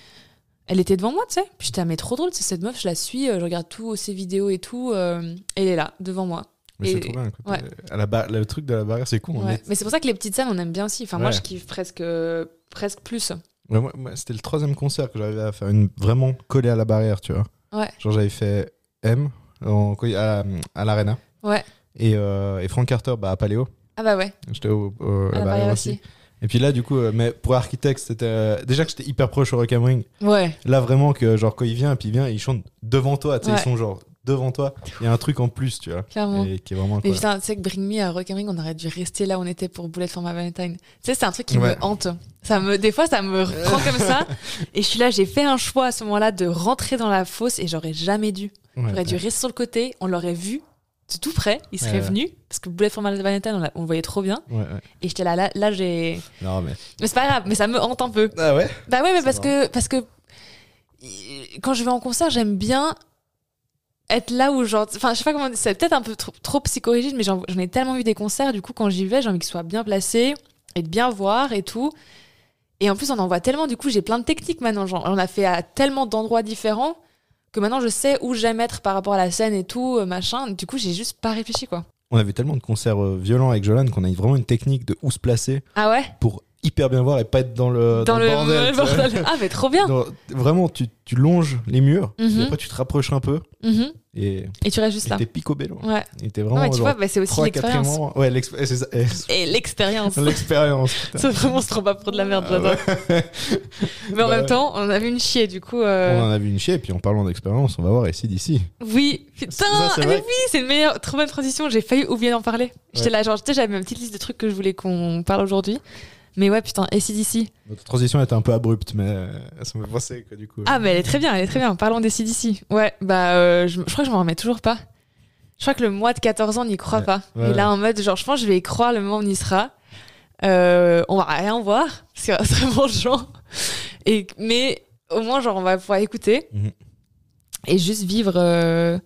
[SPEAKER 5] Elle était devant moi, tu sais. Puis j'étais, ah, mais trop drôle, c'est cette meuf, je la suis, euh, je regarde tout ses vidéos et tout. euh, elle est là, devant moi.
[SPEAKER 4] Mais c'est
[SPEAKER 5] Et-
[SPEAKER 4] trop bien. écoute.
[SPEAKER 5] ouais.
[SPEAKER 4] À la barre- le truc de la barrière, c'est con. hein, on
[SPEAKER 5] Ouais.
[SPEAKER 4] est-
[SPEAKER 5] Mais c'est pour ça que les petites scènes, on aime bien aussi. Enfin, moi,
[SPEAKER 4] Ouais.
[SPEAKER 5] je kiffe presque, euh, presque plus.
[SPEAKER 4] Ouais, moi- moi, c'était le troisième concert que j'avais à faire, une vraiment collée à la barrière, tu vois.
[SPEAKER 5] Ouais.
[SPEAKER 4] Genre, j'avais fait M en- à, à l'Arena.
[SPEAKER 5] Ouais.
[SPEAKER 4] Et, euh, et Frank Carter bah, à Paléo.
[SPEAKER 5] Ah bah ouais,
[SPEAKER 4] J'étais au- au- à
[SPEAKER 5] à la barrière aussi.
[SPEAKER 4] Et puis là, du coup, euh, mais pour Architect, c'était. euh, déjà que j'étais hyper proche au Rock Ring.
[SPEAKER 5] Ouais.
[SPEAKER 4] Là, vraiment, que genre, quand il vient, puis il vient, il chante devant toi, tu sais,
[SPEAKER 5] Ouais.
[SPEAKER 4] ils sont genre devant toi. Il y a un truc en plus, tu vois.
[SPEAKER 5] Clairement.
[SPEAKER 4] Et qui est vraiment
[SPEAKER 5] Mais
[SPEAKER 4] incroyable.
[SPEAKER 5] putain, tu sais que Bring Me à Rock and Ring, on aurait dû rester là où on était pour Bullet for My Valentine. Tu sais, c'est un truc qui
[SPEAKER 4] Ouais.
[SPEAKER 5] me hante. Ça me, des fois, ça me reprend comme ça.
[SPEAKER 4] <laughs>
[SPEAKER 5] Et je suis là, j'ai fait un choix à ce moment-là de rentrer dans la fosse et j'aurais jamais dû.
[SPEAKER 4] Ouais.
[SPEAKER 5] J'aurais dû rester sur le côté, on l'aurait vu. de tout près, il serait
[SPEAKER 4] Ouais.
[SPEAKER 5] venu, parce que Bullet for My Valentine, on, l'a- on le voyait trop bien,
[SPEAKER 4] Ouais, ouais.
[SPEAKER 5] et j'étais là, là, là j'ai...
[SPEAKER 4] Non, mais.
[SPEAKER 5] Mais c'est pas grave, mais ça me hante un peu.
[SPEAKER 4] Ah ouais
[SPEAKER 5] Bah ouais, mais
[SPEAKER 4] Ça
[SPEAKER 5] parce
[SPEAKER 4] va.
[SPEAKER 5] que, parce que y- quand je vais en concert, j'aime bien être là où genre... Enfin, je sais pas comment... C'est peut-être un peu trop, trop psychorigide, mais j'en j'en ai tellement vu des concerts, du coup, quand j'y vais, j'ai envie qu'ils soient bien placés, et de bien voir et tout. Et en plus, on en voit tellement, du coup, j'ai plein de techniques maintenant. Genre, on a fait à tellement d'endroits différents que maintenant, je sais où j'aime être par rapport à la scène et tout, euh, machin. Du coup, j'ai juste pas réfléchi, quoi.
[SPEAKER 4] On a vu tellement de concerts euh, violents avec Jolan qu'on a eu vraiment une technique de où se placer
[SPEAKER 5] Ah ouais
[SPEAKER 4] pour hyper bien voir et pas être dans le, Euh, dans le
[SPEAKER 5] <laughs>
[SPEAKER 4] bordel. tu vois.
[SPEAKER 5] Ah, mais trop bien
[SPEAKER 4] Dans- vraiment, tu, tu longes les murs,
[SPEAKER 5] Mhm.
[SPEAKER 4] et après tu te rapproches un peu
[SPEAKER 5] Mhm.
[SPEAKER 4] et
[SPEAKER 5] Et tu restes juste là.
[SPEAKER 4] t'es picobello.
[SPEAKER 5] Ouais.
[SPEAKER 4] Et t'es
[SPEAKER 5] Non,
[SPEAKER 4] vraiment
[SPEAKER 5] mais tu
[SPEAKER 4] genre
[SPEAKER 5] vois, bah, c'est aussi
[SPEAKER 4] 3 4
[SPEAKER 5] l'expérience.
[SPEAKER 4] mois. Ouais, l'expé- c'est ça. Eh,
[SPEAKER 5] <laughs> Et l'expérience.
[SPEAKER 4] L'expérience. putain.
[SPEAKER 5] C'est vraiment, on se prend pas pour de la merde,
[SPEAKER 4] Ah
[SPEAKER 5] j'adore. Mais en
[SPEAKER 4] Bah
[SPEAKER 5] même
[SPEAKER 4] ouais.
[SPEAKER 5] temps, on avait une chier, du coup. euh,
[SPEAKER 4] On en a vu une chier, et puis en parlant d'expérience, on va voir ici d'ici.
[SPEAKER 5] Oui, putain,
[SPEAKER 4] Ça, c'est
[SPEAKER 5] mais
[SPEAKER 4] vrai.
[SPEAKER 5] oui, c'est une meilleure, trop bonne transition. J'ai failli oublier d'en parler. J'étais
[SPEAKER 4] Ouais.
[SPEAKER 5] là, genre, tu sais, j'avais ma petite liste de trucs que je voulais qu'on parle aujourd'hui. Mais ouais, putain, et si d'ici
[SPEAKER 4] Notre transition était un peu abrupte, mais euh, ça me fait penser que du coup.
[SPEAKER 5] Ah, mais elle est très bien, elle est très bien. Parlons des CDC. Ouais, bah, euh, je, je crois que je m'en remets toujours pas. Je crois que le mois de 14 ans, on n'y croit
[SPEAKER 4] Ouais,
[SPEAKER 5] pas.
[SPEAKER 4] ouais,
[SPEAKER 5] Et là, en mode, genre, je pense que je vais y croire le moment où on y sera. Euh, on va rien voir, parce qu'il y aura <laughs> extrêmement de gens. Et, mais au moins, genre, on va pouvoir écouter.
[SPEAKER 4] Mhm.
[SPEAKER 5] Et juste vivre. euh,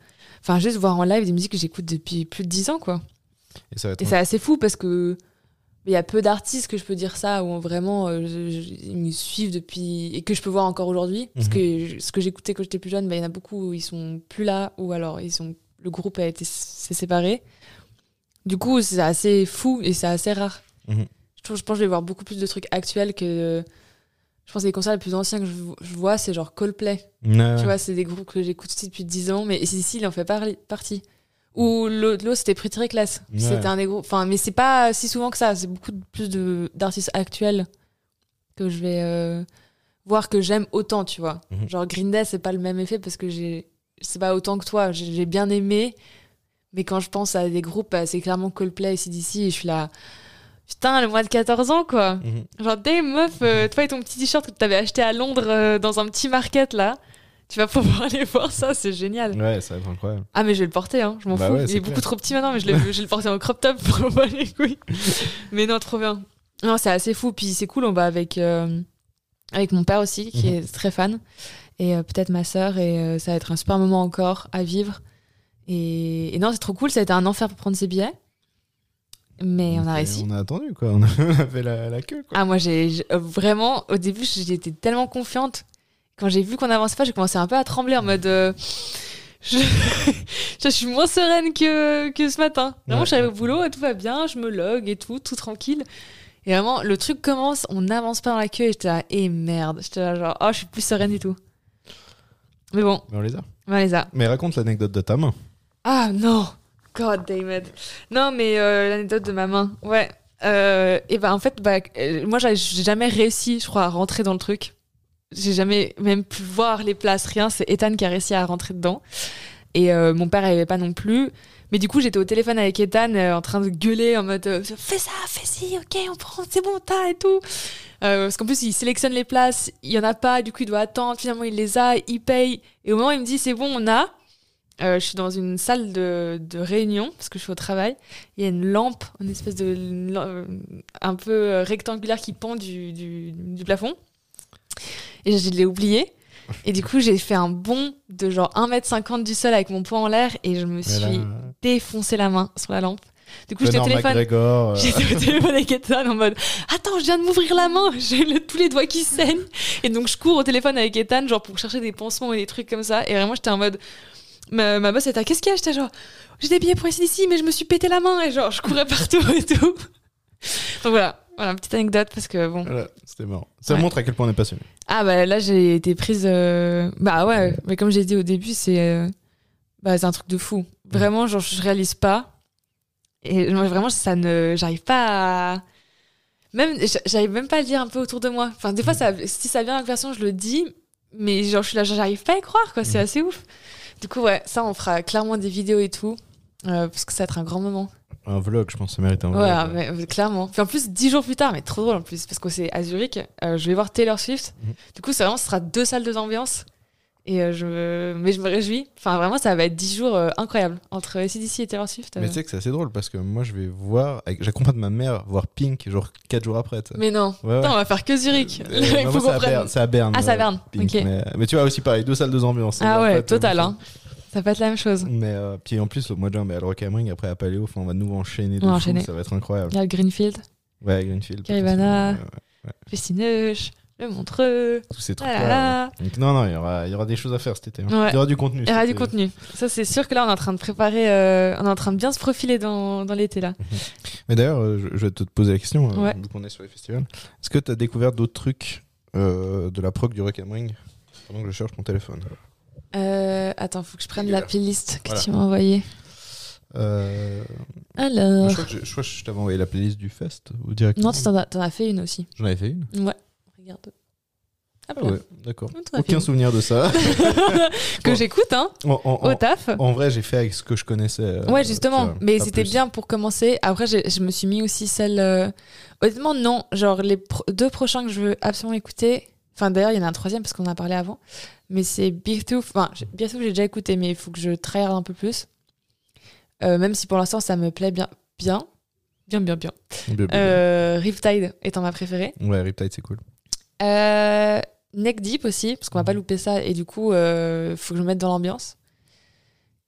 [SPEAKER 5] Enfin, juste voir en live des musiques que j'écoute depuis plus de 10 ans, quoi.
[SPEAKER 4] Et ça va être.
[SPEAKER 5] Et c'est assez fou parce que il y a peu d'artistes que je peux dire ça où vraiment euh, je- je- ils me suivent depuis et que je peux voir encore aujourd'hui parce
[SPEAKER 4] Mhm.
[SPEAKER 5] que je- ce que j'écoutais quand j'étais plus jeune, bah, il y en a beaucoup où ils sont plus là ou alors ils sont le groupe a été s'est séparé. Du coup, c'est assez fou et c'est assez rare.
[SPEAKER 4] Mhm.
[SPEAKER 5] Je, trouve- je pense que je vais voir beaucoup plus de trucs actuels que je pense que les concerts les plus anciens que je, vo- je vois, c'est genre Coldplay.
[SPEAKER 4] Ouais,
[SPEAKER 5] Tu
[SPEAKER 4] ouais.
[SPEAKER 5] vois, c'est des groupes que j'écoute aussi depuis 10 ans, mais et ici, il en fait par- partie. Ou l'autre, l'autre, c'était Pretty Reckless.
[SPEAKER 4] Ouais.
[SPEAKER 5] C'était un des groupes. Enfin, mais c'est pas si souvent que ça. C'est beaucoup de- plus de- d'artistes actuels que je vais euh, voir que j'aime autant, tu vois.
[SPEAKER 4] Mhm.
[SPEAKER 5] Genre Green Day, c'est pas le même effet parce que j'ai. C'est pas autant que toi. J'ai j'ai bien aimé, mais quand je pense à des groupes, bah, c'est clairement Coldplay et CDC, et je suis là. Putain, le mois de 14 ans, quoi.
[SPEAKER 4] Mhm.
[SPEAKER 5] Genre, des meuf, euh, toi et ton petit t-shirt que t'avais acheté à Londres euh, dans un petit market là, tu vas pouvoir <laughs> aller voir ça, c'est génial.
[SPEAKER 4] Ouais, ça va être incroyable.
[SPEAKER 5] Ah, mais je vais le porter, hein, je m'en
[SPEAKER 4] Bah
[SPEAKER 5] fous.
[SPEAKER 4] ouais,
[SPEAKER 5] Il
[SPEAKER 4] c'est
[SPEAKER 5] est
[SPEAKER 4] clair.
[SPEAKER 5] beaucoup trop petit maintenant, mais je, le, je vais le porter en crop top pour pas les couilles. mais non, trop bien. Non, c'est assez fou. Puis c'est cool, on va avec, euh, avec mon père aussi, qui
[SPEAKER 4] Mhm.
[SPEAKER 5] est très fan, et euh, peut-être ma sœur, et euh, ça va être un super moment encore à vivre. Et, et non, c'est trop cool, ça a été un enfer pour prendre ses billets. Mais on a
[SPEAKER 4] Donc, euh,
[SPEAKER 5] réussi.
[SPEAKER 4] On a attendu, quoi. <laughs> On a fait la, la queue, quoi.
[SPEAKER 5] Ah, moi, j'ai j'ai- euh, vraiment, au début, j'étais tellement confiante. Quand j'ai vu qu'on n'avançait pas, j'ai commencé un peu à trembler en mode. euh, <laughs> je... je suis moins sereine que, que ce matin. Vraiment,
[SPEAKER 4] Ouais.
[SPEAKER 5] j'arrive au boulot, tout va bien, je me log et tout, tout tranquille. Et vraiment, le truc commence, on n'avance pas dans la queue et j'étais là, et merde. J'étais là, genre, oh, je suis plus sereine et tout. Mais bon,
[SPEAKER 4] Mais on les a.
[SPEAKER 5] on les a.
[SPEAKER 4] Mais raconte l'anecdote de ta main.
[SPEAKER 5] Ah non, God damn it. Non, mais euh, l'anecdote de ma main, ouais. Euh, et ben en fait, bah, euh, moi j'ai j'ai jamais réussi, je crois, à rentrer dans le truc. J'ai jamais même pu voir les places, rien. C'est Ethan qui a réussi à rentrer dedans. Et euh, mon père n'avait pas non plus. Mais du coup, j'étais au téléphone avec Ethan euh, en train de gueuler en mode euh, fais ça, fais ci, ok, on prend, c'est bon, t'as et tout. Euh, parce qu'en plus, il sélectionne les places, il y en a pas, du coup, il doit attendre. Finalement, il les a, il paye. Et au moment où il me dit c'est bon, on a, euh, je suis dans une salle de, de réunion parce que je suis au travail. Il y a une lampe, une espèce de la- euh, un peu euh, rectangulaire qui pend du, du, du plafond. Et je l'ai oublié. Et du coup, j'ai fait un bond de genre 1m50 du sol avec mon poing en l'air et je me
[SPEAKER 4] Mais là,
[SPEAKER 5] suis défoncer la main sur la lampe. Du coup, j'étais au
[SPEAKER 4] Conor
[SPEAKER 5] <laughs> téléphone.
[SPEAKER 4] McGregor. euh,
[SPEAKER 5] J'étais au téléphone avec Ethan en mode Attends, je viens de m'ouvrir la main, <laughs> j'ai le- tous les doigts qui saignent. Et donc, je cours au téléphone avec Ethan, genre pour chercher des pansements et des trucs comme ça. Et vraiment, j'étais en mode Ma, ma boss était là, Qu'est-ce qu'il y a J'étais genre J'ai des billets pour ici, ici, mais je me suis pété la main. Et genre, je courais partout et tout. <laughs> Donc voilà, voilà, petite anecdote parce que bon.
[SPEAKER 4] voilà, c'était marrant. Ça
[SPEAKER 5] Ouais.
[SPEAKER 4] montre à quel point on est passionné.
[SPEAKER 5] Ah bah là j'ai été prise. euh, Bah ouais, mais comme j'ai dit au début, c'est euh, bah, c'est un truc de fou. Vraiment, genre je réalise pas. Et moi, vraiment, ça ne, j'arrive pas à. Même, j'arrive même pas à le dire un peu autour de moi. Enfin, des fois, ça, si ça vient à la personne, je le dis, mais genre je suis là, genre, j'arrive pas à y croire, quoi. C'est
[SPEAKER 4] Mhm.
[SPEAKER 5] assez ouf. Du coup, ouais, ça, on fera clairement des vidéos et tout. euh, parce que ça va être un grand moment.
[SPEAKER 4] Un vlog, je pense, ça mérite un
[SPEAKER 5] Ouais,
[SPEAKER 4] vlog.
[SPEAKER 5] mais, euh, clairement. Puis en plus, dix jours plus tard, mais trop drôle en plus, parce que c'est à Zurich, euh, je vais voir Taylor Swift.
[SPEAKER 4] Mhm.
[SPEAKER 5] Du coup, c'est vraiment, ce sera deux salles, deux ambiances. Et euh, je me- Mais je me réjouis. Enfin, vraiment, ça va être 10 jours euh, incroyables entre CDC et Taylor Swift. euh.
[SPEAKER 4] Mais tu sais que c'est assez drôle parce que moi je vais voir, avec- j'accompagne ma mère voir Pink genre 4 jours après. tu sais.
[SPEAKER 5] Mais non.
[SPEAKER 4] Ouais, ouais.
[SPEAKER 5] Putain, on va faire que <laughs> Zurich.
[SPEAKER 4] Euh,
[SPEAKER 5] Il
[SPEAKER 4] non,
[SPEAKER 5] faut
[SPEAKER 4] moi, c'est à
[SPEAKER 5] qu'on prenne.
[SPEAKER 4] Berne. c'est à Berne,
[SPEAKER 5] Ah, c'est à
[SPEAKER 4] euh,
[SPEAKER 5] Berne.
[SPEAKER 4] Pink,
[SPEAKER 5] Ok.
[SPEAKER 4] mais, mais tu vois aussi pareil, deux salles, deux ambiances.
[SPEAKER 5] Ah
[SPEAKER 4] En
[SPEAKER 5] ouais,
[SPEAKER 4] fait,
[SPEAKER 5] total.
[SPEAKER 4] euh,
[SPEAKER 5] hein. Ça va pas être la même chose.
[SPEAKER 4] Mais euh, puis en plus, au mois de juin, bah, le Rockhammering, après à Paléo, enfin, on va de nouveau enchaîner. de
[SPEAKER 5] On va
[SPEAKER 4] fou,
[SPEAKER 5] enchaîner.
[SPEAKER 4] Ça va être incroyable.
[SPEAKER 5] Il y a le Greenfield,
[SPEAKER 4] Ouais, Greenfield.
[SPEAKER 5] Caribana.
[SPEAKER 4] potentiellement, ouais, ouais.
[SPEAKER 5] Festineuche, le Montreux.
[SPEAKER 4] Tous ces trucs-là.
[SPEAKER 5] Ah là là.
[SPEAKER 4] ouais. Donc, non, non, il y aura, il y aura des choses à faire cet été. hein.
[SPEAKER 5] Ouais.
[SPEAKER 4] Il y aura du contenu.
[SPEAKER 5] Il y aura
[SPEAKER 4] cet
[SPEAKER 5] du
[SPEAKER 4] été.
[SPEAKER 5] contenu. Ça, c'est sûr que là, on est en train de préparer, euh, on est en train de bien se profiler dans, dans l'été, là.
[SPEAKER 4] Mais d'ailleurs, euh, je, je vais te poser la question, euh,
[SPEAKER 5] Ouais.
[SPEAKER 4] vu qu'on est sur les festivals. Est-ce que tu as découvert d'autres trucs euh, de la prog du Rockhammering pendant que je cherche mon téléphone
[SPEAKER 5] Euh, attends, faut que je prenne la
[SPEAKER 4] Dégueulasse.
[SPEAKER 5] playlist que
[SPEAKER 4] Voilà.
[SPEAKER 5] tu m'as envoyée.
[SPEAKER 4] Euh,
[SPEAKER 5] Alors.
[SPEAKER 4] je, crois que je, je crois que je t'avais envoyé la playlist du Fest ou directement.
[SPEAKER 5] Non, tu t'en as, t'en as fait une aussi.
[SPEAKER 4] J'en avais fait une.
[SPEAKER 5] Ouais. Regarde. Ah,
[SPEAKER 4] Ah
[SPEAKER 5] bon.
[SPEAKER 4] ouais, d'accord.
[SPEAKER 5] T'en as fait
[SPEAKER 4] Aucun
[SPEAKER 5] une.
[SPEAKER 4] souvenir de
[SPEAKER 5] <laughs>
[SPEAKER 4] ça.
[SPEAKER 5] que
[SPEAKER 4] Bon.
[SPEAKER 5] j'écoute, hein,
[SPEAKER 4] en, en-
[SPEAKER 5] au
[SPEAKER 4] en-
[SPEAKER 5] taf.
[SPEAKER 4] en vrai, j'ai fait avec ce que je connaissais. euh,
[SPEAKER 5] Ouais,
[SPEAKER 4] tu
[SPEAKER 5] justement.
[SPEAKER 4] vois,
[SPEAKER 5] Mais
[SPEAKER 4] pas
[SPEAKER 5] c'était
[SPEAKER 4] plus.
[SPEAKER 5] bien pour commencer. Après, j'ai- je me suis mis aussi celle. euh, Honnêtement, non. Genre, les pro- deux prochains que je veux absolument écouter. Enfin, d'ailleurs, il y en a un troisième parce qu'on en a parlé avant. Mais c'est Big Tooth. Enfin, j'ai- Big Tooth, j'ai déjà écouté, mais il faut que je tryhard un peu plus. Euh, même si pour l'instant, ça me plaît bien. Bien. Bien, bien, bien.
[SPEAKER 4] Bien, bien, bien.
[SPEAKER 5] Euh, Riptide étant ma préférée.
[SPEAKER 4] Ouais, Riptide, c'est cool.
[SPEAKER 5] Euh, Neck Deep aussi, parce qu'on
[SPEAKER 4] Mhm.
[SPEAKER 5] va pas louper ça. Et du coup, euh, faut que je me mette dans l'ambiance.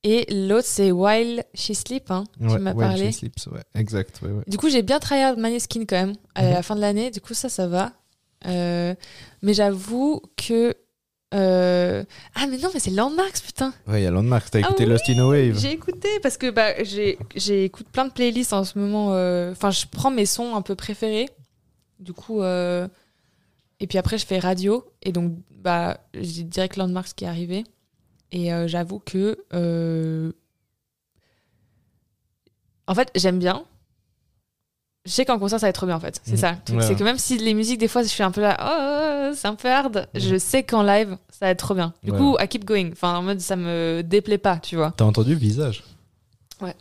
[SPEAKER 5] Et l'autre, c'est While She Sleep, hein,
[SPEAKER 4] ouais,
[SPEAKER 5] tu m'as
[SPEAKER 4] While
[SPEAKER 5] parlé.
[SPEAKER 4] She Sleeps, ouais, exact. Ouais, ouais.
[SPEAKER 5] Du coup, j'ai bien tryhard Maneskin quand même à
[SPEAKER 4] Mhm.
[SPEAKER 5] la fin de l'année. Du coup, ça, ça va. Euh, mais j'avoue que. euh, Ah, mais non, mais c'est Landmarks, putain.
[SPEAKER 4] Ouais, il y a Landmark, t'as
[SPEAKER 5] Ah
[SPEAKER 4] écouté Lost in a Wave.
[SPEAKER 5] J'ai écouté parce que bah, j'ai- j'écoute plein de playlists en ce moment. euh, Enfin, je prends mes sons un peu préférés. Du coup. euh, Et puis après, je fais radio. Et donc, bah, j'ai direct Landmarks qui est arrivé. Et euh, j'avoue que. euh, En fait, j'aime bien. Je sais qu'en concert, ça va être trop bien, en fait. C'est
[SPEAKER 4] Mhm.
[SPEAKER 5] ça. le truc.
[SPEAKER 4] Ouais,
[SPEAKER 5] C'est
[SPEAKER 4] ouais.
[SPEAKER 5] que même si les musiques, des fois, je suis un peu là, oh, oh, c'est un peu hard,
[SPEAKER 4] Mhm.
[SPEAKER 5] je sais qu'en live, ça va être trop bien. Du
[SPEAKER 4] Ouais.
[SPEAKER 5] coup, I keep going. Enfin, en mode, ça me déplaît pas, tu vois.
[SPEAKER 4] T'as entendu Visage
[SPEAKER 5] Ouais.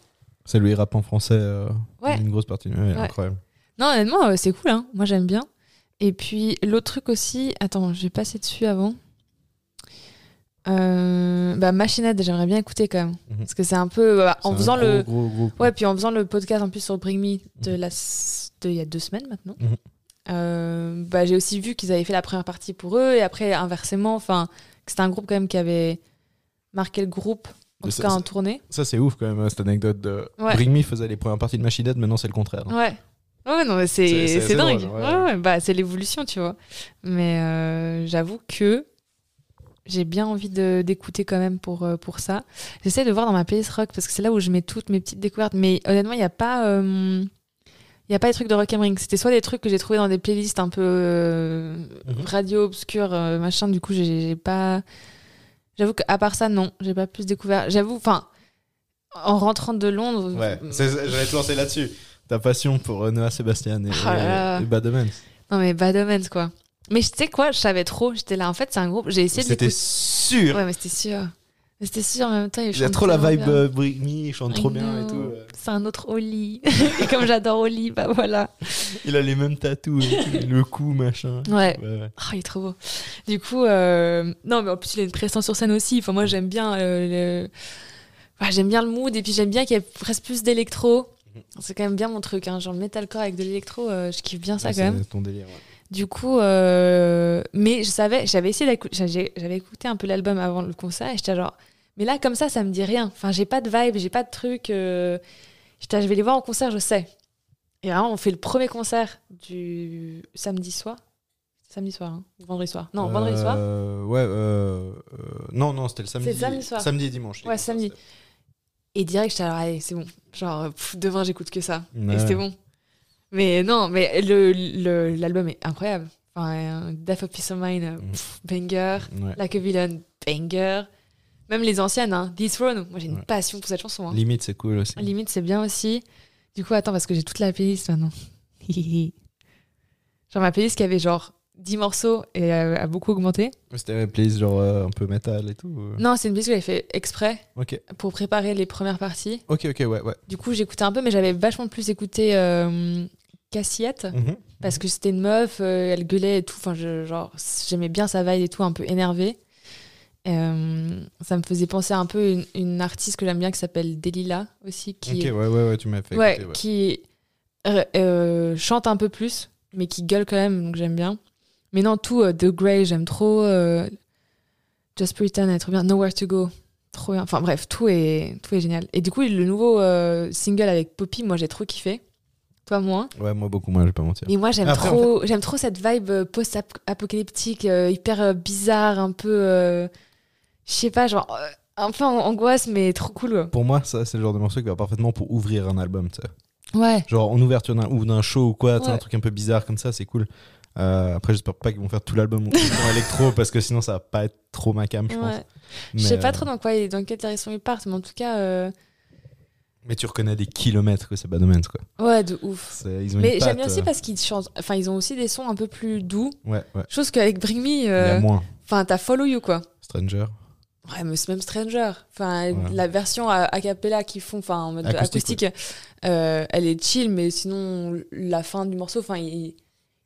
[SPEAKER 4] C'est lui rap en français. euh,
[SPEAKER 5] Ouais.
[SPEAKER 4] Une grosse partie. Ouais, Incroyable.
[SPEAKER 5] Non, honnêtement, euh, c'est cool, hein. Moi, j'aime bien. Et puis, l'autre truc aussi, attends, j'ai passé dessus avant. Euh, bah, Machinade, j'aimerais bien écouter quand même.
[SPEAKER 4] Mhm.
[SPEAKER 5] Parce que c'est un peu. bah, en
[SPEAKER 4] C'est un
[SPEAKER 5] faisant
[SPEAKER 4] gros,
[SPEAKER 5] le.
[SPEAKER 4] Gros, gros, gros.
[SPEAKER 5] Ouais, puis en faisant le podcast en plus sur Bring Me de la s- de il y a deux semaines maintenant,
[SPEAKER 4] Mhm.
[SPEAKER 5] euh, bah, j'ai aussi vu qu'ils avaient fait la première partie pour eux et après inversement, enfin, que c'était un groupe quand même qui avait marqué le groupe en
[SPEAKER 4] Mais
[SPEAKER 5] tout
[SPEAKER 4] ça-
[SPEAKER 5] cas en
[SPEAKER 4] ça-
[SPEAKER 5] tournée.
[SPEAKER 4] Ça, c'est ouf quand même, hein, cette anecdote. De...
[SPEAKER 5] Ouais.
[SPEAKER 4] Bring Me faisait les premières parties de Machine Head, maintenant c'est le contraire. hein.
[SPEAKER 5] Ouais. Ouais, non, mais
[SPEAKER 4] C'est-
[SPEAKER 5] c'est
[SPEAKER 4] c'est
[SPEAKER 5] c'est
[SPEAKER 4] assez
[SPEAKER 5] dingue.
[SPEAKER 4] drôle,
[SPEAKER 5] ouais.
[SPEAKER 4] ouais.
[SPEAKER 5] ouais, bah, c'est l'évolution, tu vois. Mais euh, j'avoue que j'ai bien envie de- d'écouter quand même pour, euh, pour ça. J'essaie de voir dans ma playlist rock parce que c'est là où je mets toutes mes petites découvertes. Mais honnêtement, il n'y a pas. euh, il n'y a pas des trucs de rock ring. C'était soit des trucs que j'ai trouvé dans des playlists un peu euh,
[SPEAKER 4] Mhm.
[SPEAKER 5] radio obscure, euh, machin. Du coup, j'ai- j'ai pas. J'avoue qu'à part ça, non, j'ai pas plus découvert. J'avoue, enfin, en rentrant de Londres,
[SPEAKER 4] Ouais, c'est- c'est- j'allais te lancer là-dessus. Ta passion pour euh, Noah Sébastien et,
[SPEAKER 5] Oh là là.
[SPEAKER 4] et Bad Omens.
[SPEAKER 5] Non mais Bad Omens quoi. Mais je- tu sais quoi, je savais trop, j'étais là en fait, c'est un groupe, j'ai essayé de
[SPEAKER 4] C'était
[SPEAKER 5] l'écouter.
[SPEAKER 4] sûr.
[SPEAKER 5] Ouais, mais c'était sûr. Mais C'était sûr en même temps, il
[SPEAKER 4] J'ai trop la vibe euh, Bring Me, il chante trop bien et tout. euh.
[SPEAKER 5] C'est un autre Oli. <laughs> et comme j'adore Oli, bah voilà.
[SPEAKER 4] Il a les mêmes tatous, et tout, le cou, machin.
[SPEAKER 5] Ouais.
[SPEAKER 4] Ouais, ouais.
[SPEAKER 5] Oh, il est trop beau. Du coup, euh, non, mais en plus, il a une prestance sur scène aussi. Enfin, moi, j'aime bien euh, le... enfin, j'aime bien le mood et puis j'aime bien qu'il y ait presque plus d'électro.
[SPEAKER 4] Mm-hmm.
[SPEAKER 5] C'est quand même bien mon truc, hein. genre le metalcore avec de l'électro, euh, je kiffe bien ça
[SPEAKER 4] Ouais,
[SPEAKER 5] quand même.
[SPEAKER 4] C'est ton délire. ouais.
[SPEAKER 5] Du coup, euh, mais je savais, j'avais essayé d'écouter, j'avais j'avais écouté un peu l'album avant le concert et j'étais genre, mais là comme ça, ça me dit rien. Enfin, j'ai pas de vibe, j'ai pas de truc. euh, j'étais, là, je vais les voir en concert, je sais. Et vraiment, on fait le premier concert du samedi soir, samedi soir, hein, ou vendredi soir. Non, vendredi soir.
[SPEAKER 4] Euh, Ouais, euh, euh, non, non, c'était le samedi.
[SPEAKER 5] C'est samedi soir.
[SPEAKER 4] Samedi et dimanche.
[SPEAKER 5] Ouais, samedi. Et direct, j'étais alors, allez, c'est bon. Genre, euh, pff, demain, j'écoute que ça.
[SPEAKER 4] Ouais.
[SPEAKER 5] Et c'était bon. Mais non, mais l'album le, l'album est incroyable. Enfin, euh, Death of Peace of Mind, euh,
[SPEAKER 4] Mm.
[SPEAKER 5] pff, banger.
[SPEAKER 4] Ouais.
[SPEAKER 5] Like a Villain, banger. Même les anciennes, hein. Dethrone. Moi, j'ai une
[SPEAKER 4] Ouais.
[SPEAKER 5] passion pour cette chanson. hein.
[SPEAKER 4] Limite, c'est cool aussi.
[SPEAKER 5] Limite, c'est bien aussi. Du coup, attends, parce que j'ai toute la playlist maintenant. <laughs> genre, ma playlist qui avait genre 10 morceaux et euh, a beaucoup augmenté.
[SPEAKER 4] C'était un playlist genre euh, un peu métal et tout. euh.
[SPEAKER 5] Non, c'est une playlist que j'avais fait exprès
[SPEAKER 4] Ok,
[SPEAKER 5] pour préparer les premières parties.
[SPEAKER 4] ok, ok, ouais, ouais.
[SPEAKER 5] Du coup, j'écoutais un peu, mais j'avais vachement plus écouté euh, Cassiette.
[SPEAKER 4] Mhm.
[SPEAKER 5] parce que euh, c'était une meuf, euh, elle gueulait et tout. Enfin, je- genre, j'aimais bien sa vibe et tout, un peu énervée. Euh, ça me faisait penser un peu une, une artiste que j'aime bien qui s'appelle Delila aussi, qui,
[SPEAKER 4] Ok, ouais, ouais, ouais, tu m'as fait
[SPEAKER 5] ouais,
[SPEAKER 4] écouter, ouais.
[SPEAKER 5] qui euh, euh, chante un peu plus, mais qui gueule quand même, donc j'aime bien. Mais non, tout euh, The Grey, j'aime trop. euh, Just Pretend, elle est trop bien. Nowhere to Go, trop bien. Enfin bref, tout est, tout est génial. Et du coup, le nouveau euh, single avec Poppy, moi j'ai trop kiffé. Toi, moins.
[SPEAKER 4] Ouais, moi beaucoup moins, je vais pas mentir.
[SPEAKER 5] Mais moi, j'aime
[SPEAKER 4] Après,
[SPEAKER 5] trop, j'aime trop cette vibe euh, post-apocalyptique, euh, hyper euh, bizarre, un peu, euh, je sais pas, genre euh, un peu en- angoisse, mais trop cool. ouais.
[SPEAKER 4] Pour moi, ça, c'est le genre de morceau qui va parfaitement pour ouvrir un album, tu sais.
[SPEAKER 5] Ouais.
[SPEAKER 4] Genre en ouverture d'un ou d'un show ou quoi, tu sais,
[SPEAKER 5] Ouais.
[SPEAKER 4] un truc un peu bizarre comme ça, c'est cool. Euh, après, j'espère pas qu'ils vont faire tout l'album en <laughs> électro parce que sinon ça va pas être trop ma cam, je pense.
[SPEAKER 5] ouais. Je sais
[SPEAKER 4] Mais,
[SPEAKER 5] pas
[SPEAKER 4] euh,
[SPEAKER 5] trop dans quoi, dans quelle direction ils partent, mais en tout cas, euh,
[SPEAKER 4] Mais tu reconnais des kilomètres que c'est Bad Omens, quoi.
[SPEAKER 5] ouais, de ouf.
[SPEAKER 4] C'est- Ils ont une
[SPEAKER 5] Mais
[SPEAKER 4] patte,
[SPEAKER 5] j'aime bien aussi
[SPEAKER 4] euh,
[SPEAKER 5] parce qu'ils chantent, enfin, ils ont aussi des sons un peu plus doux.
[SPEAKER 4] Ouais, ouais.
[SPEAKER 5] Chose qu'avec Bring Me,
[SPEAKER 4] Il y
[SPEAKER 5] euh,
[SPEAKER 4] a moins.
[SPEAKER 5] enfin, t'as Follow You quoi.
[SPEAKER 4] Stranger.
[SPEAKER 5] Ouais, mais c'est même Stranger. Enfin,
[SPEAKER 4] Ouais.
[SPEAKER 5] la version a, a cappella qu'ils font, enfin, en mode
[SPEAKER 4] Acoustique,
[SPEAKER 5] acoustique, euh, elle est chill, mais sinon, la fin du morceau, enfin, il,